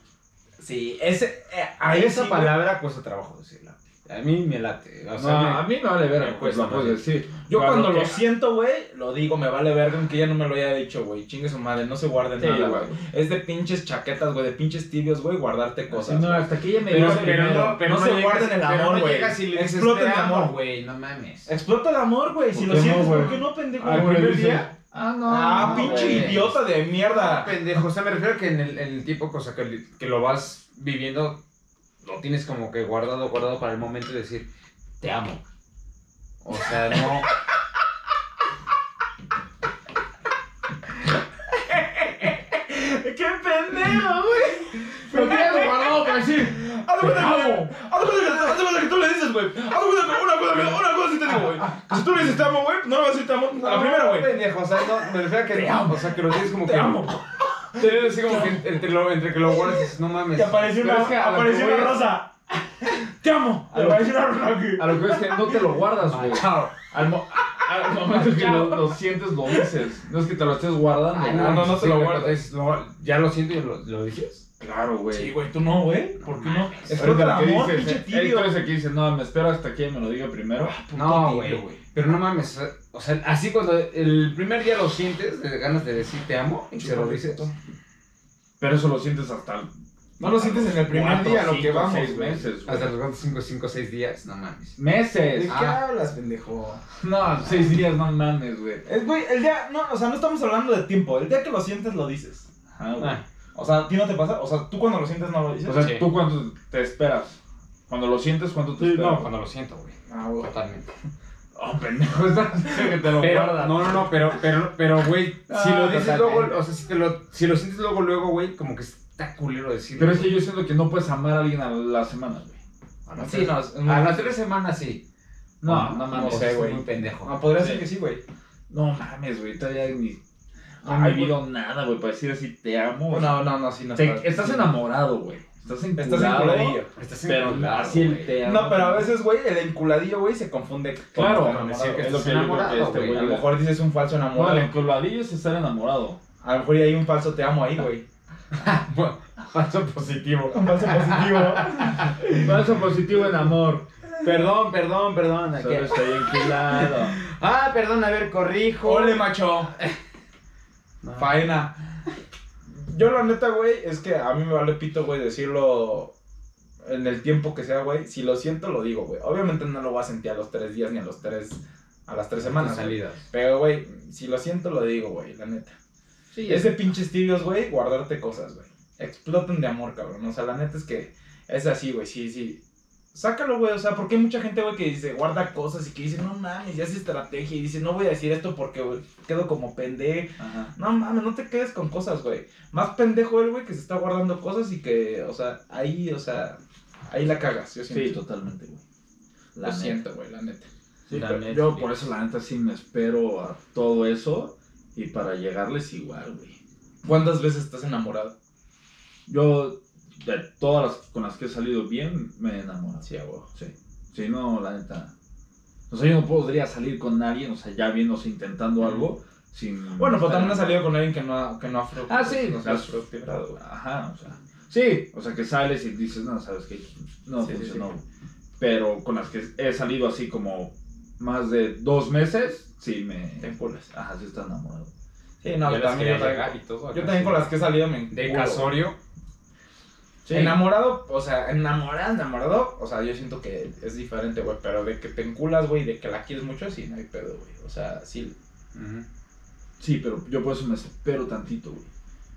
Speaker 1: Sí, ese, eh,
Speaker 3: Ahí
Speaker 1: ahí
Speaker 3: esa
Speaker 1: sí, güey.
Speaker 3: palabra cuesta trabajo decirla. A mí me late. O sea,
Speaker 2: No,
Speaker 3: me-
Speaker 2: a mí me vale
Speaker 3: me
Speaker 2: ver, pues
Speaker 3: cuesta
Speaker 2: lo puedo
Speaker 3: más
Speaker 2: decir.
Speaker 1: Yo
Speaker 3: Para
Speaker 1: cuando
Speaker 3: lo
Speaker 1: lo
Speaker 3: que-
Speaker 1: siento, güey, lo digo, me vale verga, aunque ya no me lo haya dicho, güey. Chingue su madre, no se guarde
Speaker 2: Sí,
Speaker 1: nada,
Speaker 2: güey.
Speaker 1: güey. Es de pinches chaquetas, güey, de pinches tibios, güey, guardarte cosas.
Speaker 2: Así, no,
Speaker 1: güey.
Speaker 2: hasta que ella me
Speaker 3: Pero,
Speaker 2: dijo
Speaker 3: pero,
Speaker 2: primero.
Speaker 3: no, pero
Speaker 1: No se
Speaker 3: llegas-
Speaker 1: guarden el
Speaker 3: pero
Speaker 1: amor,
Speaker 3: no
Speaker 1: güey.
Speaker 3: llegas y le dices,
Speaker 1: Exploten
Speaker 3: "Te
Speaker 1: el
Speaker 3: amo,
Speaker 1: amor".
Speaker 3: güey, no mames.
Speaker 1: Explota el amor, güey. Si
Speaker 2: ¿Por
Speaker 1: lo
Speaker 2: qué no,
Speaker 1: sientes,
Speaker 2: güey?
Speaker 1: ¿por qué no, pendejo?
Speaker 2: Ah,
Speaker 1: ¿El
Speaker 2: güey,
Speaker 1: primer
Speaker 2: dices,
Speaker 1: día?
Speaker 2: Ah, no.
Speaker 1: Ah,
Speaker 2: no,
Speaker 1: pinche
Speaker 2: güey.
Speaker 1: idiota de
Speaker 3: Ah,
Speaker 1: mierda.
Speaker 3: pendejo, o sea, me refiero que en el, en el tiempo, cosa que, li- que lo vas viviendo, lo tienes como que guardado, guardado para el momento de decir, te amo. O sea, no.
Speaker 1: ¡Qué pendejo, güey!
Speaker 2: Pero que lo guardado para decir.
Speaker 1: Haz de cuenta que- haz de cuenta que- haz de cuenta que tú le dices, güey. Haz de cuenta que una cosa, mira, una cosa sí te digo, güey. Que Si tú le dices te amo, güey, no le vas a decir te amo. a La primera, güey.
Speaker 3: Pendejo, o sea, no, me refiero a que te amo. O sea, que lo tienes como
Speaker 1: Te
Speaker 3: que.
Speaker 1: amo.
Speaker 3: Te tienes así como que entre, lo- entre que lo guardas y dices, no mames.
Speaker 1: Y apareció
Speaker 2: Pero
Speaker 1: una,
Speaker 2: es que a lo
Speaker 1: apareció
Speaker 2: que
Speaker 1: una
Speaker 2: voy es-
Speaker 1: rosa. Te amo.
Speaker 2: A lo-
Speaker 1: Apareció una rosa aquí.
Speaker 2: A lo que es que no te lo guardas, güey.
Speaker 3: Chao.
Speaker 2: Al, mo- al momento que lo, lo sientes, lo dices. No es que te lo estés guardando.
Speaker 3: Ah,
Speaker 2: güey.
Speaker 3: no, no, no te lo
Speaker 1: guardas.
Speaker 3: guardas. ya lo siento y lo, lo dices.
Speaker 2: Claro, güey.
Speaker 1: Sí, güey, tú no, güey. ¿Por qué no?
Speaker 3: mames.
Speaker 1: Explota el
Speaker 2: Ahorita lo que
Speaker 1: amor, pinche
Speaker 2: dices, eh,
Speaker 1: tibio. Ah.
Speaker 2: tú eres el que dice, no, me espero hasta que ella me lo diga primero.
Speaker 1: Puto
Speaker 3: No,
Speaker 1: tibio,
Speaker 3: güey. Pero no mames, o sea, así cuando el primer día lo sientes, de ganas de decir te amo y se lo dices.
Speaker 2: Pero eso lo sientes hasta el
Speaker 1: No lo sientes en el primer
Speaker 2: cuatro,
Speaker 1: día, lo que
Speaker 2: cinco,
Speaker 1: vamos,
Speaker 2: seis
Speaker 1: güey.
Speaker 2: meses, güey.
Speaker 3: Hasta los cuantos 5, 5, 6 días, no mames.
Speaker 1: ¿De
Speaker 2: Meses.
Speaker 1: qué
Speaker 3: Ah.
Speaker 1: hablas, pendejo?
Speaker 2: No, seis días, no mames, güey.
Speaker 1: Es, güey, el día, no, o sea, no estamos hablando de tiempo. El día que lo sientes, lo dices.
Speaker 2: Ajá, güey.
Speaker 3: Ah,
Speaker 1: O sea, ¿a ti no te pasa? O sea, tú cuando lo sientes, no lo dices.
Speaker 2: o sea,
Speaker 3: sí.
Speaker 2: ¿tú cuánto te esperas? Cuando lo sientes, ¿cuánto te esperas?
Speaker 3: no, cuando lo siento, güey.
Speaker 1: ah, güey.
Speaker 3: Totalmente.
Speaker 2: Oh, pendejo, estás diciendo que te lo
Speaker 3: Pero,
Speaker 2: guardas.
Speaker 3: no, no, no, pero, pero, pero, güey, si
Speaker 2: Ah,
Speaker 3: lo dices
Speaker 2: totalmente.
Speaker 3: luego, o sea, si, te lo, si lo sientes luego, luego, güey, como que está culero decirlo.
Speaker 2: Pero es que
Speaker 3: güey.
Speaker 2: yo siento que no puedes amar a alguien a la semana, güey.
Speaker 3: A las
Speaker 1: Sí,
Speaker 3: tres-
Speaker 1: no, es muy-
Speaker 3: A las tres semanas sí.
Speaker 2: No, no mames.
Speaker 3: o sea,
Speaker 1: Ah, sé, güey.
Speaker 3: Es muy pendejo.
Speaker 1: Ah, podría ser
Speaker 2: Sí.
Speaker 1: que sí, güey.
Speaker 2: No mames, güey, todavía ni... No
Speaker 1: Ay,
Speaker 2: he vivido nada, güey, para decir así, te amo. o sea,
Speaker 1: No, no, no, sí, no.
Speaker 2: te-
Speaker 1: está-
Speaker 2: estás
Speaker 1: sí.
Speaker 2: enamorado, güey. Estás enculado.
Speaker 1: Estás enculadillo.
Speaker 3: Estás
Speaker 2: Pero
Speaker 3: enculado,
Speaker 2: así el
Speaker 3: güey.
Speaker 2: te amo.
Speaker 1: No, pero a veces, güey, el enculadillo, güey, se confunde con
Speaker 2: Claro,
Speaker 1: estar enamorado.
Speaker 3: decir que
Speaker 2: es lo
Speaker 3: estás
Speaker 2: que yo creo que
Speaker 3: enamorado,
Speaker 2: este
Speaker 3: güey.
Speaker 2: güey...
Speaker 1: A lo mejor dices un falso
Speaker 2: No,
Speaker 1: enamorado.
Speaker 2: el enculadillo es estar enamorado.
Speaker 1: A lo mejor hay un falso te amo ahí, güey.
Speaker 3: Bueno, falso positivo.
Speaker 1: Un falso positivo.
Speaker 2: Falso positivo en amor.
Speaker 3: Perdón, perdón, perdón. aquí-
Speaker 2: Solo estoy enquilado.
Speaker 3: Ah, perdón, a ver, corrijo.
Speaker 1: Ole, macho.
Speaker 3: No.
Speaker 1: Faena. Yo la neta, güey, es que a mí me vale pito, güey, decirlo en el tiempo que sea, güey. Si lo siento, lo digo, güey. Obviamente no lo voy a sentir a los tres días ni a los tres, a las tres semanas. güey.
Speaker 3: salidas.
Speaker 1: Pero, güey, si lo siento, lo digo, güey, la neta.
Speaker 2: Sí,
Speaker 1: Es de pinches tibios, güey, guardarte cosas, güey. Explotan de amor, cabrón. O sea, la neta es que es así, güey, sí, sí. Sácalo, güey, o sea, porque hay mucha gente, güey, que dice, guarda cosas y que dice, no mames, ya hace estrategia y dice, no voy a decir esto porque güey, quedo como pendejo.
Speaker 4: Ajá.
Speaker 1: No mames, no te quedes con cosas, güey. Más pendejo el güey que se está guardando cosas y que, o sea, ahí, o sea, ahí la cagas, yo
Speaker 4: Sí,
Speaker 1: siento.
Speaker 4: totalmente, güey.
Speaker 1: lo
Speaker 4: La neta.
Speaker 1: siento, güey, la neta.
Speaker 2: Sí,
Speaker 3: La
Speaker 2: pero
Speaker 3: neta,
Speaker 2: yo
Speaker 3: sí.
Speaker 2: por eso la neta sí me espero a todo eso y para llegarles igual, güey.
Speaker 1: ¿Cuántas veces estás enamorado?
Speaker 2: Yo, de todas las con las que he salido bien, me he enamorado.
Speaker 1: Sí, a huevo.
Speaker 2: Sí. Sí, no, la neta. O sea, yo no podría salir con alguien, o sea, ya viéndose intentando algo, sin...
Speaker 1: Bueno, pero también has salido con alguien que no ha, que no ha fru-
Speaker 2: Ah, sí.
Speaker 1: no se ha fructificado, güey.
Speaker 2: Ajá, o sea. Sí, o sea, que sales y dices, no, sabes que no
Speaker 1: Sí, sí,
Speaker 2: funcionó. Pero con las que he salido así como más de dos meses, sí me...
Speaker 1: Te enculas. Ah.
Speaker 2: Ajá, sí está enamorado.
Speaker 1: Sí, no,
Speaker 3: Yo
Speaker 1: yo
Speaker 3: las
Speaker 1: también,
Speaker 3: quería
Speaker 1: yo
Speaker 3: llegar
Speaker 1: también,
Speaker 3: y todo.
Speaker 1: yo
Speaker 3: acá,
Speaker 1: también
Speaker 3: sí.
Speaker 1: con las que he salido me
Speaker 3: De
Speaker 1: enculo.
Speaker 3: casorio.
Speaker 1: Sí. Enamorado, o sea, enamorado, enamorado, o sea, yo siento que es diferente, güey, pero de que te enculas, güey, de que la quieres mucho, sí, no hay pedo, güey, o sea, sí.
Speaker 2: Sí, pero yo por eso me espero tantito, güey.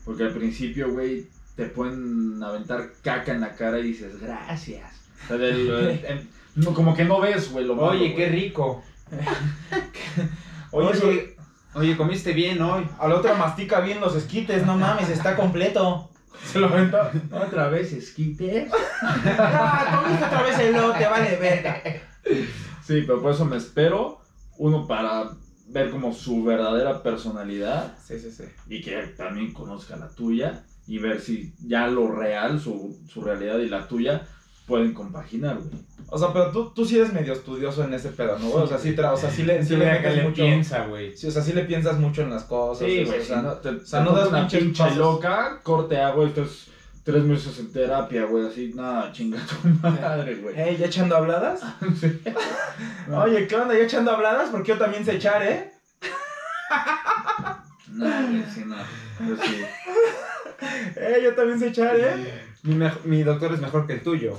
Speaker 2: Porque al principio, güey, te pueden aventar caca en la cara y dices, gracias. O sea, del- el- el- no, como que no ves, güey, lo malo,
Speaker 3: Oye, qué
Speaker 2: güey.
Speaker 3: rico.
Speaker 1: Oye, güey,
Speaker 3: oye, oye, comiste bien hoy.
Speaker 1: a la otra mastica bien los esquites, no mames, está completo. Se lo aventó.
Speaker 2: Otra vez esquites.
Speaker 1: Ah, comiste otra vez el lote, vale, verga.
Speaker 2: Sí, pero por eso me espero, uno, para ver como su verdadera personalidad
Speaker 1: Sí, sí, sí.
Speaker 2: y que también conozca la tuya y ver si ya lo real, su, su realidad y la tuya pueden compaginar, güey.
Speaker 1: O sea, pero tú, tú sí eres medio estudioso en ese pedo, ¿no, güey? O sea, sí, tra- o sea, sí le, sí le
Speaker 3: Mira que
Speaker 1: metes
Speaker 3: le
Speaker 1: mucho-
Speaker 3: piensa, güey.
Speaker 1: Sí, o sea, sí le piensas mucho en las cosas.
Speaker 2: Sí,
Speaker 1: o
Speaker 2: güey.
Speaker 1: sea,
Speaker 2: si no, te, o
Speaker 1: sea, no das
Speaker 2: una
Speaker 1: pinches
Speaker 2: pinche
Speaker 1: pasos.
Speaker 2: loca, corte a, güey, estos tres meses en terapia, güey, así, nada, chinga tu madre, güey.
Speaker 1: Hey, ¿ya echando habladas?
Speaker 2: No,
Speaker 1: Oye, ¿qué onda? ¿Ya echando habladas? Porque yo también sé echar, ¿eh?
Speaker 2: No, güey, sí, no. Yo sí.
Speaker 1: Eh, yo también sé echar, ¿eh?
Speaker 3: Mi, mej- mi doctor es mejor que el tuyo.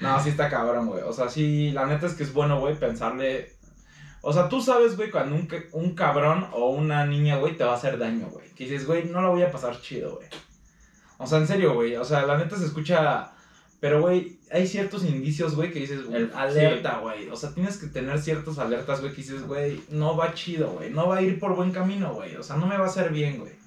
Speaker 1: No, sí está cabrón, güey. O sea, sí, la neta es que es bueno, güey, pensarle... O sea, tú sabes, güey, cuando un, ca- un cabrón o una niña, güey, te va a hacer daño, güey. Que dices, güey, no la voy a pasar chido, güey. O sea, en serio, güey. O sea, la neta se escucha... Pero, güey, hay ciertos indicios, güey, que dices, güey,
Speaker 2: El-
Speaker 1: alerta, güey. O sea, tienes que tener ciertas alertas, güey, que dices, güey, no va chido, güey. No va a ir por buen camino, güey. O sea, no me va a hacer bien, güey.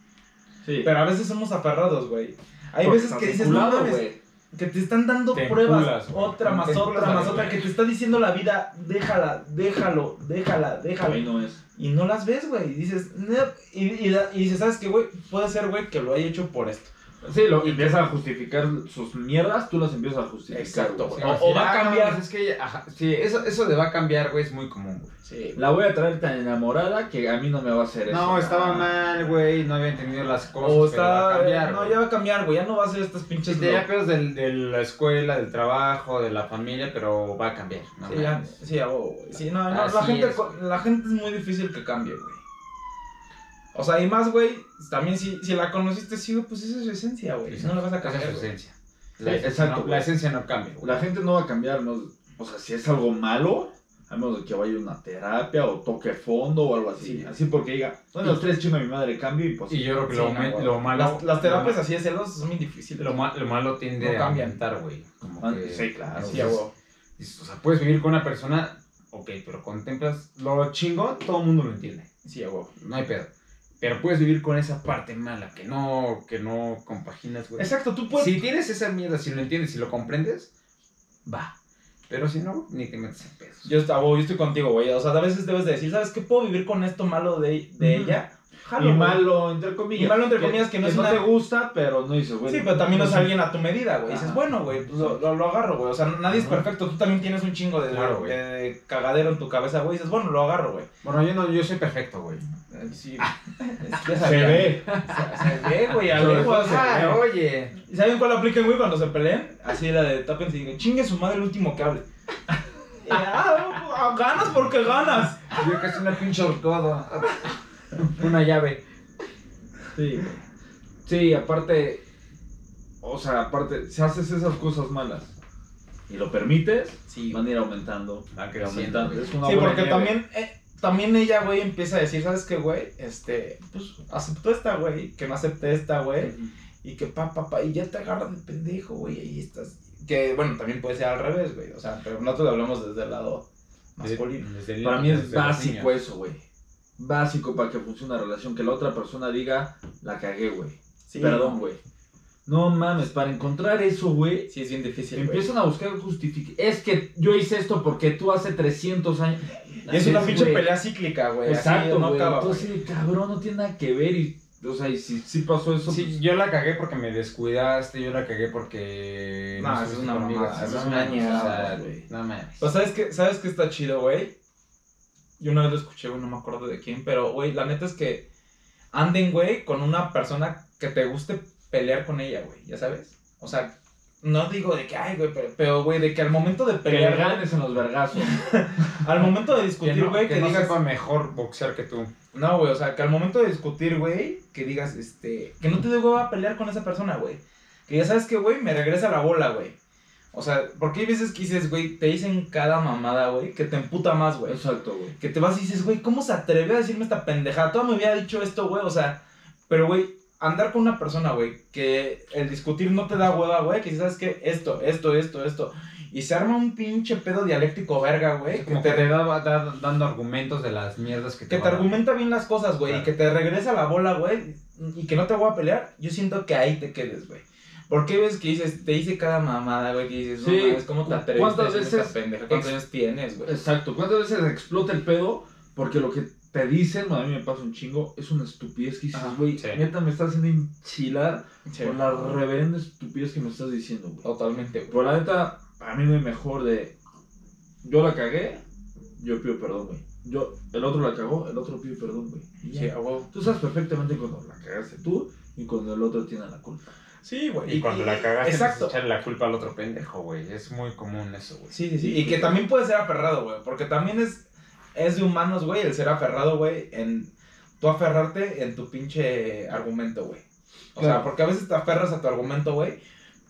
Speaker 2: Sí.
Speaker 1: Pero a veces somos aferrados, güey. Hay
Speaker 2: Porque
Speaker 1: veces
Speaker 2: estás
Speaker 1: que dices, no
Speaker 2: vinculado,
Speaker 1: mames,
Speaker 2: güey.
Speaker 1: que te están dando
Speaker 3: Te
Speaker 1: pruebas,
Speaker 3: enculas, güey.
Speaker 1: otra más
Speaker 3: Te
Speaker 1: otra
Speaker 3: enculas,
Speaker 1: más
Speaker 3: güey.
Speaker 1: otra, que te está diciendo la vida, déjala, déjalo, déjala, déjalo.
Speaker 2: Ahí no es.
Speaker 1: Y no las ves, güey, y dices, "No", y, y, da- y dices, ¿sabes qué, güey? Puede ser, güey, que lo haya hecho por esto.
Speaker 2: Sí, lo empiezas a justificar sus mierdas, tú las empiezas a justificar.
Speaker 1: Exacto,
Speaker 2: güey.
Speaker 1: O- o va a
Speaker 3: Ah, no,
Speaker 1: cambiar.
Speaker 3: pues es que, ella- ajá, sí, eso, eso de va a cambiar, güey, es muy común, güey.
Speaker 1: Sí.
Speaker 2: La voy a traer tan enamorada que a mí no me va a hacer eso.
Speaker 3: No, estaba mal, güey, no había entendido las cosas.
Speaker 1: O
Speaker 3: pero va a
Speaker 1: está,
Speaker 3: cambiar,
Speaker 1: no,
Speaker 3: güey.
Speaker 1: ya va a cambiar, güey, ya no va a ser estas pinches...
Speaker 3: Sí, tenía pedos del- de la escuela, del trabajo, de la familia, pero va a cambiar. no
Speaker 1: Sí, ya,
Speaker 3: mames.
Speaker 1: sí, ya, oh, güey. Sí, no, no, la
Speaker 3: Así
Speaker 1: gente,
Speaker 3: es,
Speaker 1: co-
Speaker 3: güey.
Speaker 1: la gente es muy difícil que cambie, güey. O sea, y más, güey, también si, si la conociste, sí, güey, pues esa es su esencia, güey. No la vas a
Speaker 3: Esa es
Speaker 1: cambiar,
Speaker 3: su
Speaker 1: güey.
Speaker 3: esencia. La,
Speaker 2: Sí,
Speaker 3: esencia
Speaker 2: exacto,
Speaker 3: no, la
Speaker 2: güey.
Speaker 3: esencia no cambia, güey.
Speaker 2: La gente no va a cambiar, ¿no? O sea, si es algo malo, a menos de que vaya a una terapia o toque fondo o algo así.
Speaker 1: Sí.
Speaker 2: Así porque diga, bueno, los tres chingo a mi madre, cambio y pues.
Speaker 3: Y yo creo que
Speaker 1: Sí,
Speaker 3: lo,
Speaker 1: no,
Speaker 3: me-
Speaker 1: güey.
Speaker 3: lo malo.
Speaker 1: Las, las terapias
Speaker 3: lo
Speaker 1: así de celos son muy difíciles.
Speaker 3: ma- Lo, ma- lo malo tiende
Speaker 1: No
Speaker 3: a
Speaker 1: cambian.
Speaker 3: aumentar, güey. Como
Speaker 2: Ah,
Speaker 3: que-
Speaker 2: sí, claro.
Speaker 1: Sí, a huevo.
Speaker 3: dices, O sea, puedes vivir con una persona, ok, pero contemplas lo chingón, todo el mundo lo entiende.
Speaker 1: Sí, a huevo.
Speaker 3: No hay pedo. Pero puedes vivir con esa parte mala que no, que no compaginas, güey.
Speaker 1: Exacto, tú puedes.
Speaker 3: Si tienes esa mierda, si lo entiendes y lo comprendes, va. Pero si no, ni te metes en pedos.
Speaker 1: Yo, está- a huevo, yo estoy contigo, güey. O sea, a veces debes de decir, ¿sabes qué? Puedo vivir con esto malo de, de
Speaker 2: Ujú.
Speaker 1: ella, Jalo,
Speaker 2: Y
Speaker 1: güey.
Speaker 2: malo, entre comillas.
Speaker 1: Y malo, entre comillas, que no es una-
Speaker 2: te gusta, pero no dices, güey.
Speaker 1: Sí, pero también no es
Speaker 2: sé.
Speaker 1: alguien a tu medida, güey. Dices,
Speaker 2: Ajá.
Speaker 1: bueno, güey, pues lo, lo- lo agarro, güey. O sea, nadie es
Speaker 2: Ajá.
Speaker 1: perfecto. Tú también tienes un chingo de,
Speaker 3: Claro, güey.
Speaker 1: de- de cagadero en tu cabeza, güey. Dices, bueno, lo agarro, güey.
Speaker 3: Bueno, yo no, yo soy perfecto, güey.
Speaker 1: Eh, Sí,
Speaker 2: Se ve.
Speaker 1: Se ve, güey, a
Speaker 2: Sobre
Speaker 1: leguas, se ve.
Speaker 3: Ah, oye.
Speaker 1: ¿Y ¿Saben cuál apliquen, güey, cuando se peleen? Así la de tapen y digan, chingue su madre el último que hable. Y, ah, ganas porque ganas.
Speaker 3: Yo casi una pinche ahorcado. Una llave.
Speaker 2: Sí, güey. Sí, aparte. O sea, aparte, si haces esas cosas malas y lo permites,
Speaker 1: Sí,
Speaker 4: Van a ir aumentando.
Speaker 3: Ah,
Speaker 1: va
Speaker 4: Y aumentando.
Speaker 1: creciendo.
Speaker 4: Es una
Speaker 1: Sí,
Speaker 2: bola
Speaker 1: porque
Speaker 2: de nieve.
Speaker 1: también, eh, también ella, güey, empieza a decir, ¿sabes qué, güey? Este, pues, aceptó esta, güey, que no acepté esta, güey. Y que pa, pa, pa, y ya te agarran de pendejo, güey, ahí estás. Que, bueno, también puede ser al revés, güey. O sea, pero nosotros lo hablamos desde el lado masculino.
Speaker 3: Desde el-
Speaker 2: Para mí es
Speaker 3: desde los
Speaker 2: básico
Speaker 3: niños.
Speaker 2: eso, güey. Básico para que funcione una relación, que la otra persona diga, la cagué, güey.
Speaker 1: Sí,
Speaker 2: Perdón, güey. No mames, para encontrar eso, güey,
Speaker 1: Sí, es bien difícil, güey.
Speaker 2: empiezan a buscar justific... Es que yo hice esto porque tú hace 300 años...
Speaker 1: Y es una
Speaker 2: Así
Speaker 1: pinche
Speaker 2: güey.
Speaker 1: pelea cíclica, güey. así
Speaker 2: Exacto,
Speaker 1: no
Speaker 2: güey.
Speaker 1: acaba, güey.
Speaker 2: Entonces, cabrón, no tiene nada que ver y... O sea, y si, si pasó eso...
Speaker 3: Sí, yo la cagué porque me descuidaste, yo la cagué porque...
Speaker 1: No, eso es una
Speaker 3: estuviste
Speaker 1: mamada,
Speaker 3: conmigo.
Speaker 1: eso es
Speaker 3: No
Speaker 1: una
Speaker 3: mames, o sea,
Speaker 1: ñerada, güey.
Speaker 3: No mames.
Speaker 1: Pues sabes que, sabes que está chido, güey. Yo una vez lo escuché, güey, no me acuerdo de quién, pero güey, la neta es que anden, güey, con una persona que te guste pelear con ella, güey, ya sabes. O sea, no digo de que, ay, güey, pero, pero, güey, de que al momento de
Speaker 2: pues, que le
Speaker 1: pelear,
Speaker 2: ganes en los vergazos.
Speaker 1: al momento de
Speaker 3: Que
Speaker 1: discutir,
Speaker 3: no,
Speaker 1: güey,
Speaker 3: que
Speaker 1: que,
Speaker 3: no
Speaker 1: digas,
Speaker 3: sepa mejor boxear que tú.
Speaker 1: no, güey, o sea, que al momento de discutir, güey, que digas, este, que no te debo a pelear con esa persona, güey. Que ya sabes que, güey, me regresa la bola, güey. O sea, porque hay veces que dices, güey, te dicen cada mamada, güey, que te emputa más, güey.
Speaker 2: Exacto, güey.
Speaker 1: Que te vas y dices, güey, ¿cómo se atreve a decirme esta pendejada? Todo me hubiera dicho esto, güey. O sea, pero, güey, andar con una persona, güey, que el discutir no te da hueva, güey, que sabes que esto, esto, esto, esto. Y se arma un pinche pedo dialéctico verga, güey. Que
Speaker 3: Como
Speaker 1: te,
Speaker 3: que te da, da- dando argumentos de las mierdas que te
Speaker 1: que te
Speaker 3: va a dar.
Speaker 1: argumenta bien las cosas, güey, y
Speaker 3: Claro.
Speaker 1: que te regresa la bola, güey, y que no te voy a pelear, yo siento que ahí te quedes, güey. Porque ves que dices, te dice cada mamada, güey, que dices,
Speaker 2: Sí,
Speaker 1: no mames, ¿cómo te
Speaker 2: ¿cu-
Speaker 1: atreves?
Speaker 2: cuántas
Speaker 1: a decirme
Speaker 2: veces
Speaker 1: esta pendeja? ¿Cuántos
Speaker 2: ex-
Speaker 1: años tienes, güey?
Speaker 2: Exacto. ¿Cuántas veces explota el pedo? Porque lo que te dicen, a mí me pasa un chingo, es una estupidez que
Speaker 1: Ajá,
Speaker 2: dices, güey,
Speaker 3: sí.
Speaker 2: neta me estás haciendo enchilar
Speaker 1: Sí,
Speaker 2: Por la reverenda estupidez que me estás diciendo, güey.
Speaker 1: Totalmente, güey.
Speaker 2: Por la neta, a mí me mejor de. Yo la cagué, yo pido perdón, güey. Yo, el otro la cagó, el otro pide perdón, güey. Y ya.
Speaker 1: Sí, a huevo.
Speaker 2: Tú sabes perfectamente cuando la cagaste tú y cuando el otro tiene la culpa.
Speaker 1: Sí, güey.
Speaker 3: Y cuando la cagaste, pues,
Speaker 1: Exacto.
Speaker 3: exacto. echarle la culpa al otro pendejo, güey. Es muy común eso, güey.
Speaker 1: Sí, sí, sí. Y que también puede ser aferrado, güey. Porque también es, es de humanos, güey, el ser aferrado, güey, en tú aferrarte en tu pinche argumento, güey. O sea,
Speaker 2: Claro.
Speaker 1: porque a veces te aferras a tu argumento, güey.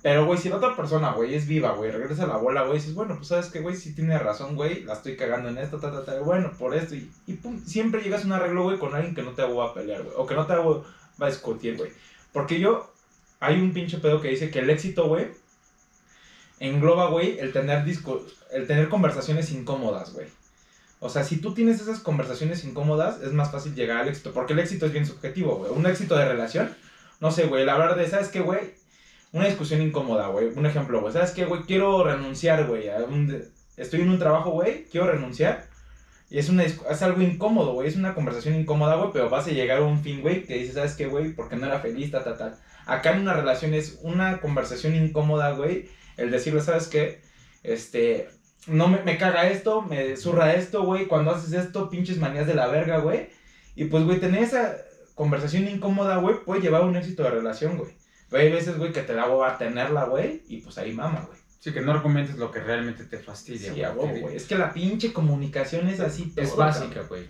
Speaker 1: Pero, güey, si la otra persona, güey, es viva, güey, regresa la bola, güey, dices, bueno, pues sabes que, güey, si tiene razón, güey, la estoy cagando en esto, ta, ta, ta, bueno, por esto, y, y pum, siempre llegas a un arreglo, güey, con alguien que no te va a pelear, güey, o que no te va a discutir, güey. Porque yo, hay un pinche pedo que dice que el éxito, güey, engloba, güey, el tener disco, el tener conversaciones incómodas, güey. O sea, si tú tienes esas conversaciones incómodas, es más fácil llegar al éxito, porque el éxito es bien subjetivo, güey. Un éxito de relación, no sé, güey, el hablar de, ¿sabes qué, güey? Una discusión incómoda, güey. Un ejemplo, güey, ¿sabes qué, güey? Quiero renunciar, güey. a un de- Estoy en un trabajo, güey, quiero renunciar. Y es, una, discu- es algo incómodo, güey. Es una conversación incómoda, güey, pero vas a llegar a un fin, güey, que dices, ¿sabes qué, güey? Porque no era feliz, ta, ta, ta. Acá en una relación es una conversación incómoda, güey, el decirle, ¿sabes qué? Este, no me, me caga esto, me zurra esto, güey. Cuando haces esto, pinches manías de la verga, güey. Y pues, güey, tener esa conversación incómoda, güey, puede llevar a un éxito de relación, güey. Pero hay veces, güey, que te la va a tenerla, güey, y pues ahí mama, güey.
Speaker 3: Sí, que no argumentes lo que realmente te fastidia,
Speaker 1: Sí, a
Speaker 3: güey.
Speaker 1: huevo, güey. Es que la pinche comunicación es así.
Speaker 3: Es
Speaker 1: todo,
Speaker 3: básica, güey.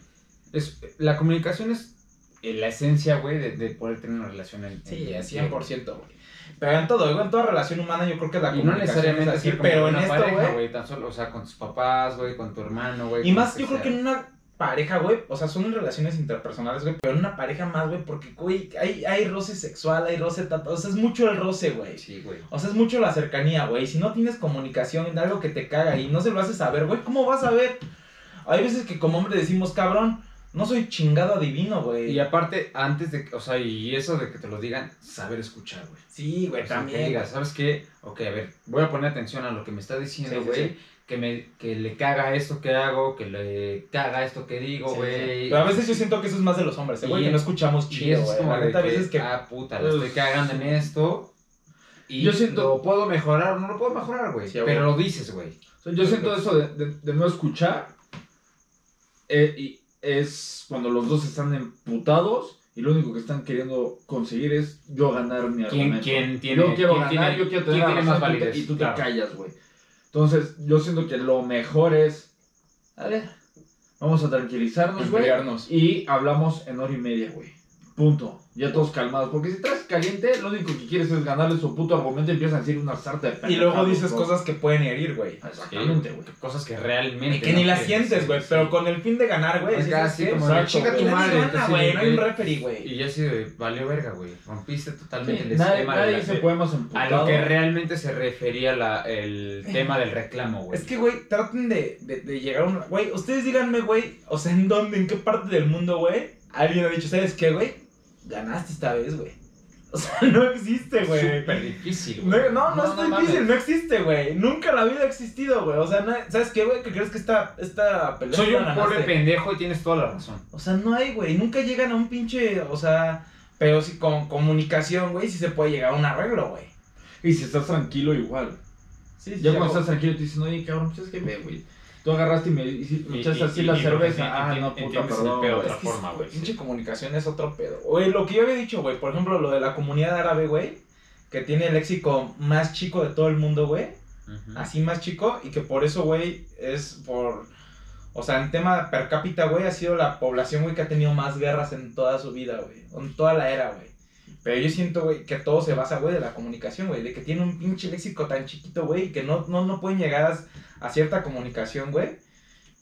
Speaker 3: Es, la comunicación es eh, la esencia, güey, de, de poder tener una relación en...
Speaker 1: cabrón. Sí,
Speaker 3: en-
Speaker 1: al 100%, güey. Pero en todo, güey, en toda relación humana yo creo que la
Speaker 3: Y
Speaker 1: comunicación
Speaker 3: no necesariamente
Speaker 1: es así,
Speaker 3: así, como
Speaker 1: pero
Speaker 3: con
Speaker 1: en
Speaker 3: una
Speaker 1: esto,
Speaker 3: pareja,
Speaker 1: güey,
Speaker 3: güey, tan solo, o sea, con tus papás, güey, con tu hermano, güey.
Speaker 1: Y
Speaker 3: con
Speaker 1: más,
Speaker 3: lo
Speaker 1: yo creo que
Speaker 3: sea.
Speaker 1: en una pareja, güey, o sea, son relaciones interpersonales, güey, pero en una pareja más, güey, porque, güey, hay, hay roce sexual, hay roce, tata, o sea, es mucho el roce, güey.
Speaker 3: Sí, güey.
Speaker 1: O sea, es mucho la cercanía, güey. Si no tienes comunicación en algo que te caga y no se lo haces saber, güey, ¿cómo vas a ver? Hay veces que como hombre decimos, cabrón, no soy chingado adivino, güey.
Speaker 3: Y aparte, antes de, que- o sea, y eso de que te lo digan, saber escuchar, güey.
Speaker 1: Sí, güey,
Speaker 3: O sea, que
Speaker 1: Pues, también.
Speaker 3: digas, ¿sabes qué? Ok, a ver, voy a poner atención a lo que me está
Speaker 1: Sí,
Speaker 3: diciendo,
Speaker 1: sí,
Speaker 3: güey. que, me, que le caga esto que hago, que le caga esto que digo,
Speaker 1: Sí,
Speaker 3: güey.
Speaker 1: Pero a veces yo siento que eso es más de los hombres, eh, güey,
Speaker 3: Y-
Speaker 1: que no escuchamos
Speaker 3: Y
Speaker 1: chido,
Speaker 3: eso
Speaker 1: güey.
Speaker 3: es como
Speaker 1: La
Speaker 3: de
Speaker 1: neta, a
Speaker 3: que,
Speaker 1: veces que. pues,
Speaker 3: ah, puta, la estoy cagando en esto. Y
Speaker 2: Yo siento-
Speaker 3: lo puedo mejorar o no lo puedo mejorar, güey.
Speaker 1: Sí,
Speaker 3: pero lo dices, güey.
Speaker 2: O sea, yo siento eso de, de- de no escuchar. eh, y es cuando los dos están emputados y lo único que están queriendo conseguir es yo ganar mi
Speaker 3: ¿Quién,
Speaker 2: argumento.
Speaker 3: quién tiene,
Speaker 2: yo quiero
Speaker 3: quién
Speaker 2: ganar,
Speaker 3: tiene-
Speaker 2: yo quiero tener
Speaker 3: quién
Speaker 2: la
Speaker 3: tiene
Speaker 2: razón,
Speaker 3: más
Speaker 2: tú te-
Speaker 3: validez?
Speaker 2: y tú
Speaker 3: Claro.
Speaker 2: te callas, güey. Entonces, yo siento que lo mejor es. A ver, vamos a
Speaker 1: pues,
Speaker 2: tranquilizarnos, güey.
Speaker 1: Enfriarnos.
Speaker 2: Y hablamos en hora y media, güey. Punto. Ya todos calmados. Porque si estás caliente, lo único que quieres es ganarle su puto argumento y empiezas a decir una sarta de
Speaker 1: Y luego
Speaker 2: pendejadas,
Speaker 1: dices
Speaker 2: ¿no?
Speaker 1: cosas que pueden herir, güey.
Speaker 2: Exactamente, güey.
Speaker 3: Cosas que realmente.
Speaker 1: Y que
Speaker 3: no
Speaker 1: ni las
Speaker 3: quieres,
Speaker 1: sientes, güey,
Speaker 3: sí.
Speaker 1: pero con el fin de ganar, güey.
Speaker 3: Es
Speaker 1: dices,
Speaker 3: casi
Speaker 1: "¿Qué?
Speaker 3: como de,
Speaker 1: Exacto,
Speaker 3: "Chinga tu
Speaker 1: güey,
Speaker 3: madre",
Speaker 1: nadie
Speaker 3: entonces,
Speaker 1: gana, güey, no hay un
Speaker 3: güey.
Speaker 1: referee, güey.
Speaker 3: Y ya sí, de, valió verga, güey. Rompiste totalmente
Speaker 2: Sí,
Speaker 3: el
Speaker 2: nadie
Speaker 3: esquema
Speaker 2: nadie
Speaker 3: de la-
Speaker 2: dice poemas
Speaker 3: A
Speaker 2: emputados.
Speaker 3: lo que realmente se refería la, el tema del reclamo, güey.
Speaker 1: Es que, güey, traten de, de, de llegar a un... Güey, ustedes díganme, güey, o sea, ¿en dónde, en qué parte del mundo, güey? Alguien ha dicho, ¿sabes qué, güey? Ganaste esta vez, güey. O sea, no existe,
Speaker 3: es
Speaker 1: güey.
Speaker 3: súper difícil,
Speaker 1: No,
Speaker 3: güey.
Speaker 1: no, no,
Speaker 2: No,
Speaker 1: es
Speaker 2: no
Speaker 1: difícil,
Speaker 2: mames.
Speaker 1: no existe, güey. Nunca en la vida ha existido, güey. O sea, na- ¿sabes qué, güey? Que crees que esta, esta pelea
Speaker 3: Soy
Speaker 1: la
Speaker 3: un
Speaker 1: ganaste?
Speaker 3: pobre pendejo y tienes toda la razón.
Speaker 1: O sea, no hay, güey. Nunca llegan a un pinche, o sea... Pero si con comunicación, güey, sí se puede llegar a un arreglo, güey.
Speaker 2: Y si estás tranquilo, igual.
Speaker 1: Sí,
Speaker 2: Ya cuando estás tranquilo, te dicen, oye, cabrón, pues es que ve, güey. Tú agarraste y me, y si- me
Speaker 3: Y-
Speaker 2: echaste
Speaker 3: y-
Speaker 2: así
Speaker 3: y-
Speaker 2: la
Speaker 3: y
Speaker 2: cerveza.
Speaker 3: enti-
Speaker 2: Ah, no, puta,
Speaker 3: entiendes el
Speaker 2: perdón.
Speaker 3: pedo,
Speaker 2: güey.
Speaker 1: Es que
Speaker 3: forma,
Speaker 1: sí,
Speaker 3: güey,
Speaker 1: Pinche
Speaker 3: sí.
Speaker 1: comunicación es otro pedo. Güey, lo que yo había dicho, güey, por ejemplo, lo de la comunidad árabe, güey, que tiene el léxico más chico de todo el mundo, güey, así más chico, y que por eso, güey, es por. O sea, en tema per cápita, güey, ha sido la población, güey, que ha tenido más guerras en toda su vida, güey, en toda la era, güey. Pero yo siento, güey, que todo se basa, güey, de la comunicación, güey, de que tiene un pinche léxico tan chiquito, güey, y que no, no, no pueden llegar a a cierta comunicación, güey,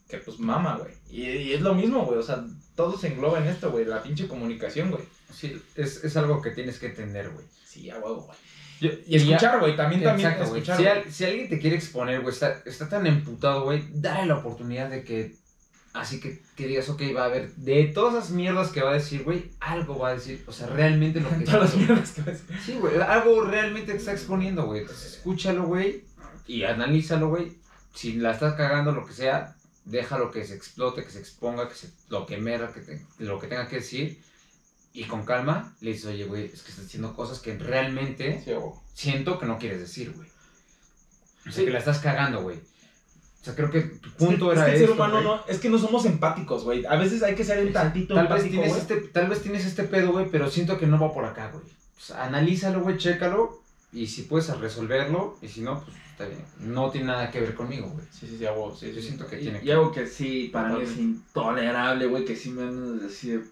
Speaker 1: que pues mama, güey. Y, y es lo mismo, güey, o sea, todo se engloba en esto, güey, la pinche comunicación, güey.
Speaker 3: Sí, es, es algo que tienes que entender, güey.
Speaker 1: Sí, a huevo, güey.
Speaker 3: Yo-
Speaker 1: Y escuchar, güey, también, también
Speaker 3: Exacto, güey.
Speaker 1: escuchar.
Speaker 3: Si,
Speaker 1: güey.
Speaker 3: al- si alguien te quiere exponer, güey, está, está tan emputado, güey, dale la oportunidad de que. Así que, que digas, ok, va a haber. De todas las mierdas que va a decir, güey, algo va a decir. O sea, realmente lo que.
Speaker 1: Todas las mierdas que ves.
Speaker 3: Sí, güey, algo realmente te está exponiendo, güey. Entonces, escúchalo, güey, y analízalo, güey. Si la estás cagando, lo que sea, déjalo que se explote, que se exponga, que se lo que merda, que te- lo que tenga que decir. Y con calma le dices, oye, güey, es que estás diciendo cosas que realmente
Speaker 1: Sí, a huevo.
Speaker 3: siento que no quieres decir, güey. O sea,
Speaker 2: Sí.
Speaker 3: que la estás cagando, güey. O sea, creo que tu
Speaker 1: Es que-
Speaker 3: punto
Speaker 1: es
Speaker 3: era
Speaker 1: que el ser
Speaker 3: esto,
Speaker 1: humano
Speaker 3: güey.
Speaker 1: no, es que no somos empáticos, güey. A veces hay que ser un tantito
Speaker 3: Tal vez,
Speaker 1: empático,
Speaker 3: tienes
Speaker 1: güey.
Speaker 3: este, tal vez tienes este pedo, güey, pero siento que no va por acá, güey. Pues, analízalo, güey, chécalo. Y si puedes resolverlo, y si no, pues está bien. No tiene nada que ver conmigo, güey.
Speaker 1: Sí, sí, sí, a huevo, sí,
Speaker 3: Yo
Speaker 1: sí, sí.
Speaker 3: siento que tiene
Speaker 2: Y, y
Speaker 3: que
Speaker 2: algo que sí, para mí es
Speaker 1: Totalmente.
Speaker 2: intolerable, güey, que sí me van a decir,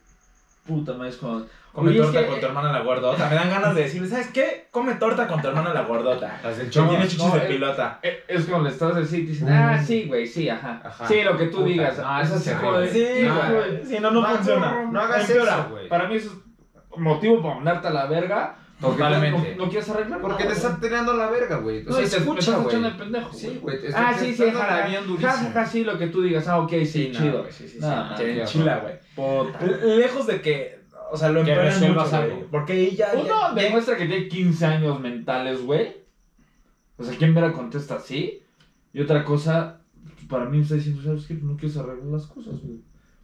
Speaker 2: puta madre, es cuando...
Speaker 1: Come
Speaker 2: Oye, es
Speaker 1: torta
Speaker 2: que-
Speaker 1: con tu hermana la gordota. Me dan ganas de decirle, ¿sabes qué? Come torta con tu hermana la gordota.
Speaker 3: Las del
Speaker 1: Que tiene
Speaker 2: no,
Speaker 1: chichis de
Speaker 2: eh,
Speaker 1: pilota.
Speaker 2: eh, Es cuando le estás así y te dicen,
Speaker 3: Mm.
Speaker 2: ah, sí, güey, sí, ajá.
Speaker 3: Ajá.
Speaker 2: Sí, lo que tú
Speaker 3: Puta,
Speaker 2: digas.
Speaker 3: no,
Speaker 2: Ah,
Speaker 3: eso
Speaker 2: ese
Speaker 3: es
Speaker 2: hijo de-
Speaker 3: terrible.
Speaker 1: Sí,
Speaker 2: hijo de-
Speaker 1: güey. Sí, no, no, funciona.
Speaker 3: No hagas
Speaker 1: Empeora.
Speaker 3: eso, güey.
Speaker 2: Para mí eso es motivo para mandarte a la verga. Porque
Speaker 3: Totalmente.
Speaker 2: No, no quieres arreglar.
Speaker 3: Porque te
Speaker 2: nada,
Speaker 3: están tirando la verga, güey. O
Speaker 2: No,
Speaker 3: sea,
Speaker 2: y
Speaker 3: te
Speaker 2: te
Speaker 3: escucha,
Speaker 2: estás
Speaker 3: güey.
Speaker 2: echando el pendejo.
Speaker 3: Sí, güey. te
Speaker 2: Ah,
Speaker 3: están-
Speaker 2: sí, sí,
Speaker 3: están dando
Speaker 2: jaja.
Speaker 3: la bien durísimo.
Speaker 2: Jaja, sí, lo que tú digas. Ah, ok, sí,
Speaker 1: no,
Speaker 2: chido.
Speaker 1: güey, Sí, sí, sí.
Speaker 2: No,
Speaker 1: Te
Speaker 3: qué
Speaker 1: enchila, güey.
Speaker 2: Puta.
Speaker 1: Lejos de que, o sea, lo
Speaker 3: Que
Speaker 1: empeoran
Speaker 3: resuelvas
Speaker 1: mucho,
Speaker 3: algo.
Speaker 1: güey. Porque ahí ya,
Speaker 2: Uno
Speaker 1: ya, ya-
Speaker 2: demuestra que tiene 15 años mentales, güey. O sea, ¿quién verá contesta así? Y otra cosa, para mí me está diciendo, ¿sabes qué? No quieres arreglar las cosas, güey.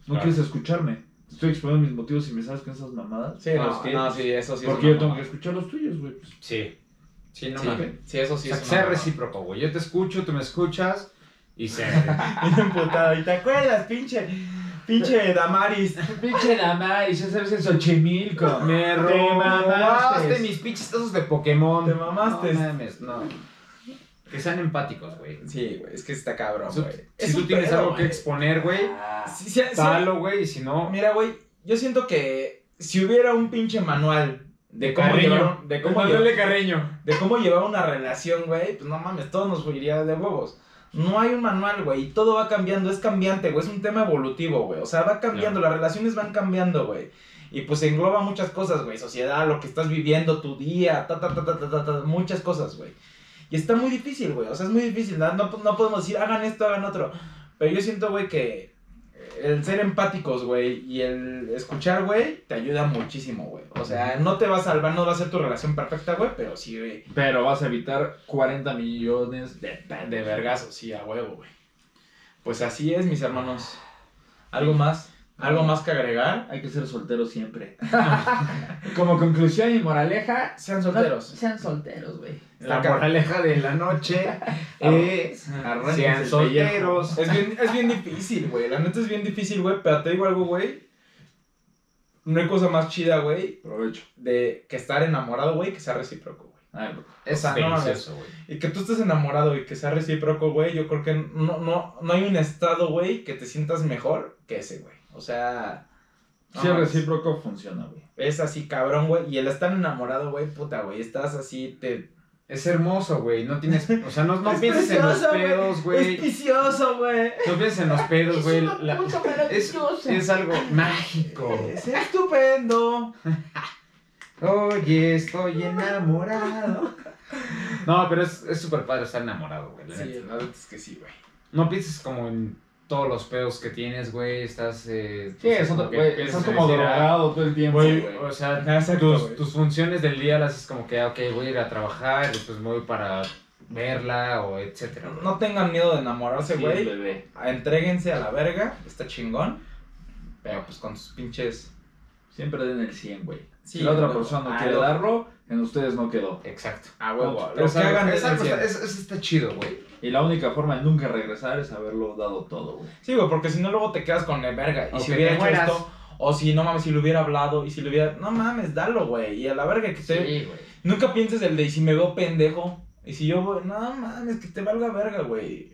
Speaker 2: No
Speaker 3: Claro.
Speaker 2: quieres escucharme. Estoy exponiendo mis motivos y me sabes con esas mamadas.
Speaker 1: Sí, no,
Speaker 3: No,
Speaker 1: sí,
Speaker 3: no,
Speaker 1: sí, eso sí es
Speaker 2: porque
Speaker 1: una
Speaker 2: yo tengo
Speaker 1: mamada.
Speaker 2: que escuchar los tuyos, güey. Pues,
Speaker 3: Sí. Sí, no
Speaker 1: Sí,
Speaker 3: mames.
Speaker 1: sí, eso
Speaker 3: O
Speaker 1: sí
Speaker 3: sea,
Speaker 1: es
Speaker 3: que
Speaker 1: una
Speaker 3: sea
Speaker 1: mamada.
Speaker 3: recíproco, güey. Yo te escucho, tú me escuchas. Y se.
Speaker 1: Bien emputado. ¿Y te acuerdas, pinche, pinche Damaris?
Speaker 2: Pinche dama, y ya sabes en Xochimilco.
Speaker 3: me robaste
Speaker 2: mamaste.
Speaker 3: este, mis pinches tazos de Pokémon.
Speaker 1: Te mamaste.
Speaker 3: No mames, no. Que sean empáticos, güey.
Speaker 1: Sí, güey, es que está cabrón,
Speaker 3: Si-
Speaker 1: güey.
Speaker 3: Si
Speaker 1: Es
Speaker 3: tú
Speaker 1: un
Speaker 3: tienes
Speaker 1: pedo,
Speaker 3: algo que
Speaker 1: güey. Ah.
Speaker 3: exponer, güey,
Speaker 1: Sí, sí, sí.
Speaker 3: dalo, güey, y si no,
Speaker 1: Mira, güey, yo siento que si hubiera un pinche manual de cómo
Speaker 3: Carreño.
Speaker 1: llevar, de cómo llevar-
Speaker 3: Carreño.
Speaker 1: de cómo llevar una relación, güey, pues no mames, todo nos iría de huevos. No hay un manual, güey, y todo va cambiando, es cambiante, güey, es un tema evolutivo, güey. O sea, va cambiando, las relaciones van cambiando, güey. Y pues engloba muchas cosas, güey, sociedad, lo que estás viviendo, tu día, ta, ta, ta, ta, ta, ta, ta, muchas cosas, güey. Y está muy difícil, güey, o sea, es muy difícil, ¿no? No, no podemos decir, hagan esto, hagan otro. Pero yo siento, güey, que eh, el ser empáticos, güey, y el escuchar, güey, te ayuda muchísimo, güey. O sea, no te va a salvar, no va a ser tu relación perfecta, güey, pero sí, güey.
Speaker 2: Pero vas a evitar 40 millones de pendejos.
Speaker 1: De vergazo, sí, a huevo, güey. Pues así es, mis hermanos. ¿Algo más? ¿Algo más que agregar?
Speaker 4: Hay que ser soltero siempre.
Speaker 2: Como conclusión y moraleja,
Speaker 1: Sean solteros.
Speaker 4: Sean solteros, güey.
Speaker 3: La
Speaker 1: Está
Speaker 3: moraleja de la noche
Speaker 1: eh,
Speaker 3: es
Speaker 4: Arránquense
Speaker 3: sean
Speaker 4: el
Speaker 3: solteros.
Speaker 1: Es bien, es bien difícil, güey. La neta es bien difícil, güey. Pero te digo algo, güey. No hay cosa más chida, güey,
Speaker 2: aprovecho.
Speaker 1: de que estar enamorado, güey, que sea recíproco, güey.
Speaker 4: Ay, bro.
Speaker 1: Esa, no mames.
Speaker 3: Delicioso, güey.
Speaker 1: Y que tú estés enamorado y que sea recíproco, güey. Yo creo que no, no, no hay un estado, güey, que te sientas mejor que ese, güey. O sea. no
Speaker 2: Si es
Speaker 1: mames.
Speaker 2: recíproco, funciona, güey.
Speaker 1: Es así, cabrón, güey. Y el estar enamorado, güey, puta, güey. Estás así, te.
Speaker 3: Es hermoso, güey. No tienes. O sea, no, no
Speaker 1: Es
Speaker 3: pienses en los
Speaker 1: precioso, güey.
Speaker 3: pedos,
Speaker 1: Es
Speaker 3: güey.
Speaker 1: vicioso, güey.
Speaker 3: No pienses en los pedos, güey. La- Es,
Speaker 4: maravillosa.
Speaker 3: es algo mágico.
Speaker 1: Es estupendo.
Speaker 3: Oye, estoy enamorado. No, pero es es súper padre estar enamorado, güey. la
Speaker 1: Sí,
Speaker 3: neta.
Speaker 1: la verdad es que sí, güey.
Speaker 3: No pienses como en todos los pedos que tienes, güey. Estás. Eh,
Speaker 2: Sí,
Speaker 3: estás
Speaker 2: es otro,
Speaker 3: como que
Speaker 2: güey.
Speaker 3: piensas
Speaker 2: Estás
Speaker 3: en
Speaker 2: como
Speaker 3: decir, ah,
Speaker 2: drogado todo el tiempo,
Speaker 3: Güey,
Speaker 2: güey.
Speaker 3: o sea,
Speaker 1: Exacto,
Speaker 3: tus,
Speaker 1: güey.
Speaker 3: tus funciones del día las haces como que, ah, ok, voy a ir a trabajar, después me voy para verla o etcétera. güey.
Speaker 1: No tengan miedo de enamorarse,
Speaker 4: Sí,
Speaker 1: güey.
Speaker 4: bebé.
Speaker 1: Entréguense a la verga. Está chingón. Pero pues con sus pinches.
Speaker 4: Siempre den el 100, güey.
Speaker 1: Sí,
Speaker 2: si la otra
Speaker 1: güey.
Speaker 2: persona no
Speaker 1: Ah,
Speaker 2: quiere
Speaker 1: lo-
Speaker 2: darlo, en ustedes no quedó.
Speaker 3: Exacto.
Speaker 1: A huevo.
Speaker 3: Pero
Speaker 1: Lo
Speaker 3: es
Speaker 1: que
Speaker 3: algo-
Speaker 1: hagan
Speaker 3: es
Speaker 1: es
Speaker 3: algo- es- es- está chido, güey.
Speaker 4: Y la única forma de nunca regresar es haberlo dado todo, güey.
Speaker 1: Sí, güey, porque si no luego te quedas con el verga. Y
Speaker 3: O
Speaker 1: si
Speaker 3: que
Speaker 1: hubiera
Speaker 3: te
Speaker 1: hecho
Speaker 3: mueras.
Speaker 1: esto, o si no mames, si lo hubiera hablado, y si lo hubiera. No mames, dalo, güey. Y a la verga que te.
Speaker 3: güey.
Speaker 1: Nunca pienses el de y si me veo pendejo. Y si yo voy, no mames, que te valga verga, güey.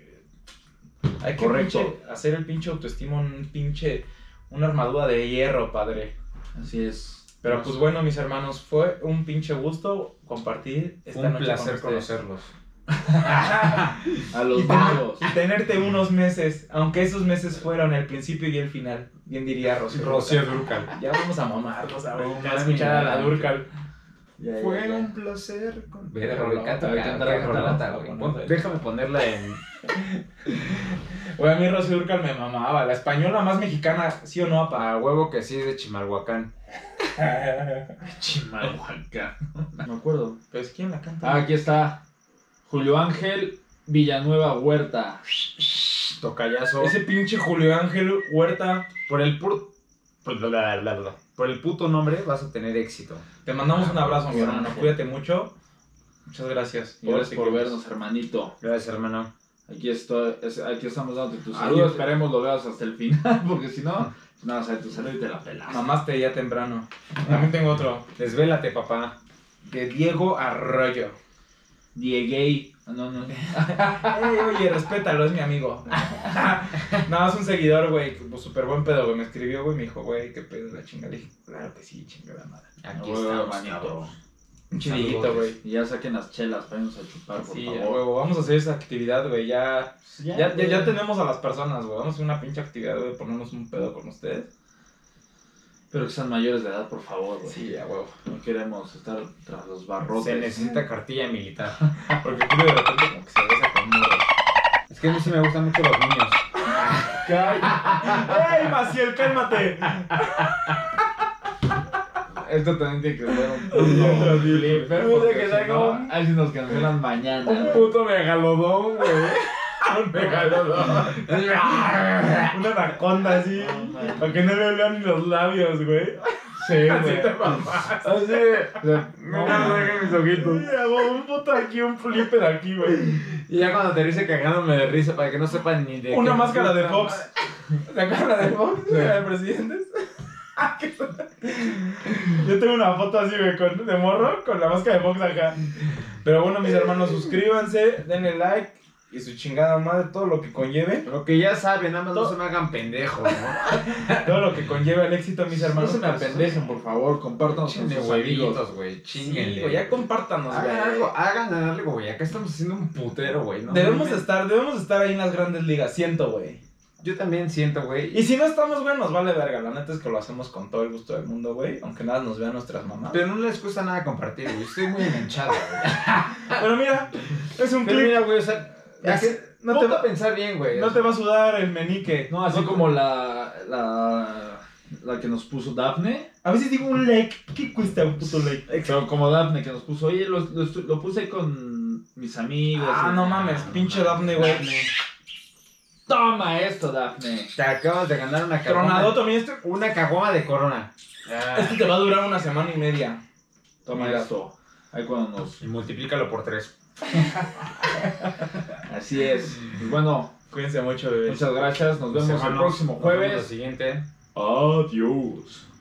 Speaker 1: Hay que
Speaker 4: Correcto.
Speaker 1: pinche- hacer el pinche autoestima un pinche. Una armadura de hierro, padre.
Speaker 4: Así es.
Speaker 1: Pero pues bueno, mis hermanos, fue un pinche gusto compartir esta
Speaker 3: Un
Speaker 1: noche
Speaker 3: placer
Speaker 1: con ustedes.
Speaker 3: conocerlos.
Speaker 4: a
Speaker 1: Y
Speaker 4: los
Speaker 1: tener-
Speaker 4: vagos.
Speaker 1: y tenerte unos meses, aunque esos meses fueron el principio y el final. Bien diría Rocío.
Speaker 3: Durcal.
Speaker 1: Ya vamos a mamarnos
Speaker 3: No
Speaker 1: ahorita. A
Speaker 3: mames,
Speaker 1: escuchar a la
Speaker 3: no.
Speaker 1: Durcal.
Speaker 4: Ya, ya,
Speaker 3: Fue
Speaker 4: ya.
Speaker 3: un placer. Con...
Speaker 1: Verga, güey, canta,
Speaker 4: canta, canta, canta,
Speaker 3: güey.
Speaker 4: canta,
Speaker 3: Pon-
Speaker 4: canta.
Speaker 3: Déjame ponerla en.
Speaker 1: Güey, a mí Rocío Durcal me mamaba. La española más mexicana, ¿sí o no, apa?
Speaker 3: A huevo que sí, de Chimalhuacán.
Speaker 4: Chimalhuacán. Me acuerdo.
Speaker 1: Pues, ¿quién la canta?
Speaker 2: Ah, aquí está. Julio Ángel Villanueva Huerta.
Speaker 3: Tocayazo.
Speaker 1: Ese pinche Julio Ángel Huerta.
Speaker 3: Por el pur... pues, por, la- la- la- por el puto nombre vas a tener éxito.
Speaker 1: Te mandamos un abrazo, mi hermano.
Speaker 4: Sí.
Speaker 1: Cuídate mucho. Muchas gracias.
Speaker 4: Y Gracias por
Speaker 1: Ahora sí que-
Speaker 4: vernos, hermanito.
Speaker 3: Gracias, hermano.
Speaker 4: Aquí, estoy, es- aquí estamos dándote tu
Speaker 2: Saludos,
Speaker 4: saludo.
Speaker 2: esperemos lo veas hasta el final.
Speaker 4: Porque si no, no, o sea, tu salud y te la pelas.
Speaker 1: Mamaste ya temprano. También tengo otro.
Speaker 3: Desvélate, papá.
Speaker 1: De Diego Arroyo.
Speaker 4: Dieguey. Ah, No, no.
Speaker 1: Ey, oye, respétalo, es mi amigo. Nada más un seguidor, güey, que, pues, súper buen pedo, güey. Me escribió, güey, me dijo, güey, qué pedo la chinga. Le dije, claro que sí, chingada madre.
Speaker 3: Aquí
Speaker 4: Huevo,
Speaker 3: estamos,
Speaker 4: hermanito.
Speaker 3: cabrón.
Speaker 1: Un chidillito, güey.
Speaker 4: Y ya saquen las chelas, váyanos a chupar, por
Speaker 1: Sí, a
Speaker 4: favor.
Speaker 1: huevo, vamos a hacer esa actividad, güey. Ya,
Speaker 4: Ya,
Speaker 1: ya, ya,
Speaker 4: güey.
Speaker 1: ya tenemos a las personas, güey. Vamos a hacer una pinche actividad, güey, ponernos un pedo con ustedes.
Speaker 4: Pero que sean mayores de edad, por favor, güey.
Speaker 1: Sí, a huevo.
Speaker 4: No queremos estar tras los barrotes.
Speaker 3: Se necesita cartilla militar.
Speaker 1: Porque Julio de repente como que se besa con morros.
Speaker 3: Es que a mí sí me gustan mucho los niños.
Speaker 1: ¡Ey, Maciel, cálmate!
Speaker 2: Esto también tiene que ser un
Speaker 1: Otro
Speaker 2: puto
Speaker 1: clip,
Speaker 2: flipper,
Speaker 1: puta
Speaker 2: porque
Speaker 1: que
Speaker 2: si
Speaker 1: salgo-
Speaker 2: no, ahí sí nos cancelan mañana.
Speaker 3: Un
Speaker 2: güey.
Speaker 3: puto megalodón, güey.
Speaker 1: Un megalodón. Una anaconda así. Para que no le olean ni los labios, güey.
Speaker 2: Sí,
Speaker 1: Así
Speaker 2: güey.
Speaker 1: te mamás.
Speaker 3: Ah,
Speaker 2: Así de- de-
Speaker 3: No,
Speaker 2: no,
Speaker 3: no dejen mis ojitos.
Speaker 1: Sí, hago un puto aquí, un flipper aquí, güey.
Speaker 3: Y ya cuando aterrice cagándome de risa para que no sepan ni de.
Speaker 1: Una
Speaker 3: qué
Speaker 1: máscara de
Speaker 3: puta
Speaker 1: Fox. ¿Se acuerdan la de Fox?
Speaker 2: Sí.
Speaker 1: La de presidentes. Ah, Yo tengo una foto así, güey, con- de morro con la máscara de Fox acá. Pero bueno, mis hermanos, suscríbanse, denle like y su chingada madre, todo lo que conlleve.
Speaker 3: madre. Lo que ya saben, nada más no se me hagan pendejo, ¿no?
Speaker 1: Todo lo que conlleve el éxito, mis
Speaker 2: no
Speaker 1: hermanos.
Speaker 2: se me
Speaker 1: Pues,
Speaker 2: apendejen, por favor. Compártanos con
Speaker 3: Chingue
Speaker 2: sus amigos.
Speaker 3: huevitos, güey.
Speaker 1: Sí,
Speaker 3: Chinguenle.
Speaker 1: güey, ya compártanos, güey.
Speaker 3: Hagan algo, hagan algo, güey. Acá estamos haciendo un putero, güey. ¿no?
Speaker 1: Debemos
Speaker 3: Yo me-
Speaker 1: estar, debemos estar ahí en las grandes ligas, siento, güey.
Speaker 3: Yo también siento, güey.
Speaker 1: Y si no estamos, güey, nos vale verga. La neta es que lo hacemos con todo el gusto del mundo, güey. Aunque nada nos vean nuestras mamás.
Speaker 3: Pero no les cuesta nada compartir, güey. Estoy muy enganchado, güey.
Speaker 1: Pero mira, es un
Speaker 3: Pero
Speaker 1: clip.
Speaker 3: mira, güey, o sea,
Speaker 1: Ya
Speaker 3: de
Speaker 1: sé.
Speaker 3: que-
Speaker 1: No te,
Speaker 3: Ponte a
Speaker 1: va,
Speaker 3: pensar bien, güey.
Speaker 1: no te va a sudar el menique.
Speaker 2: No, así como la, la, la que nos puso Dafne.
Speaker 1: A veces digo un like. ¿Qué cuesta un puto like?
Speaker 2: Pero como Dafne que nos puso, oye, lo, lo, estu- lo puse con mis amigos. este,
Speaker 1: Ah,
Speaker 2: y-
Speaker 1: no mames, pinche Dafne, güey.
Speaker 2: Toma esto, Dafne.
Speaker 3: Te acabas de ganar una caguama.
Speaker 1: Tronado también este.
Speaker 3: Una caguama de corona. Ah.
Speaker 1: Este te va a durar una semana y media.
Speaker 2: Toma
Speaker 1: Mira.
Speaker 2: esto. Ahí cuando nos...
Speaker 3: Y multiplícalo por tres.
Speaker 2: Así es. Y bueno,
Speaker 1: Cuídense mucho, bebés. Pues,
Speaker 2: muchas gracias. Nos vemos el
Speaker 3: Hermanos,
Speaker 2: próximo
Speaker 3: nos vemos la
Speaker 2: jueves.
Speaker 3: siguiente.
Speaker 2: Adiós.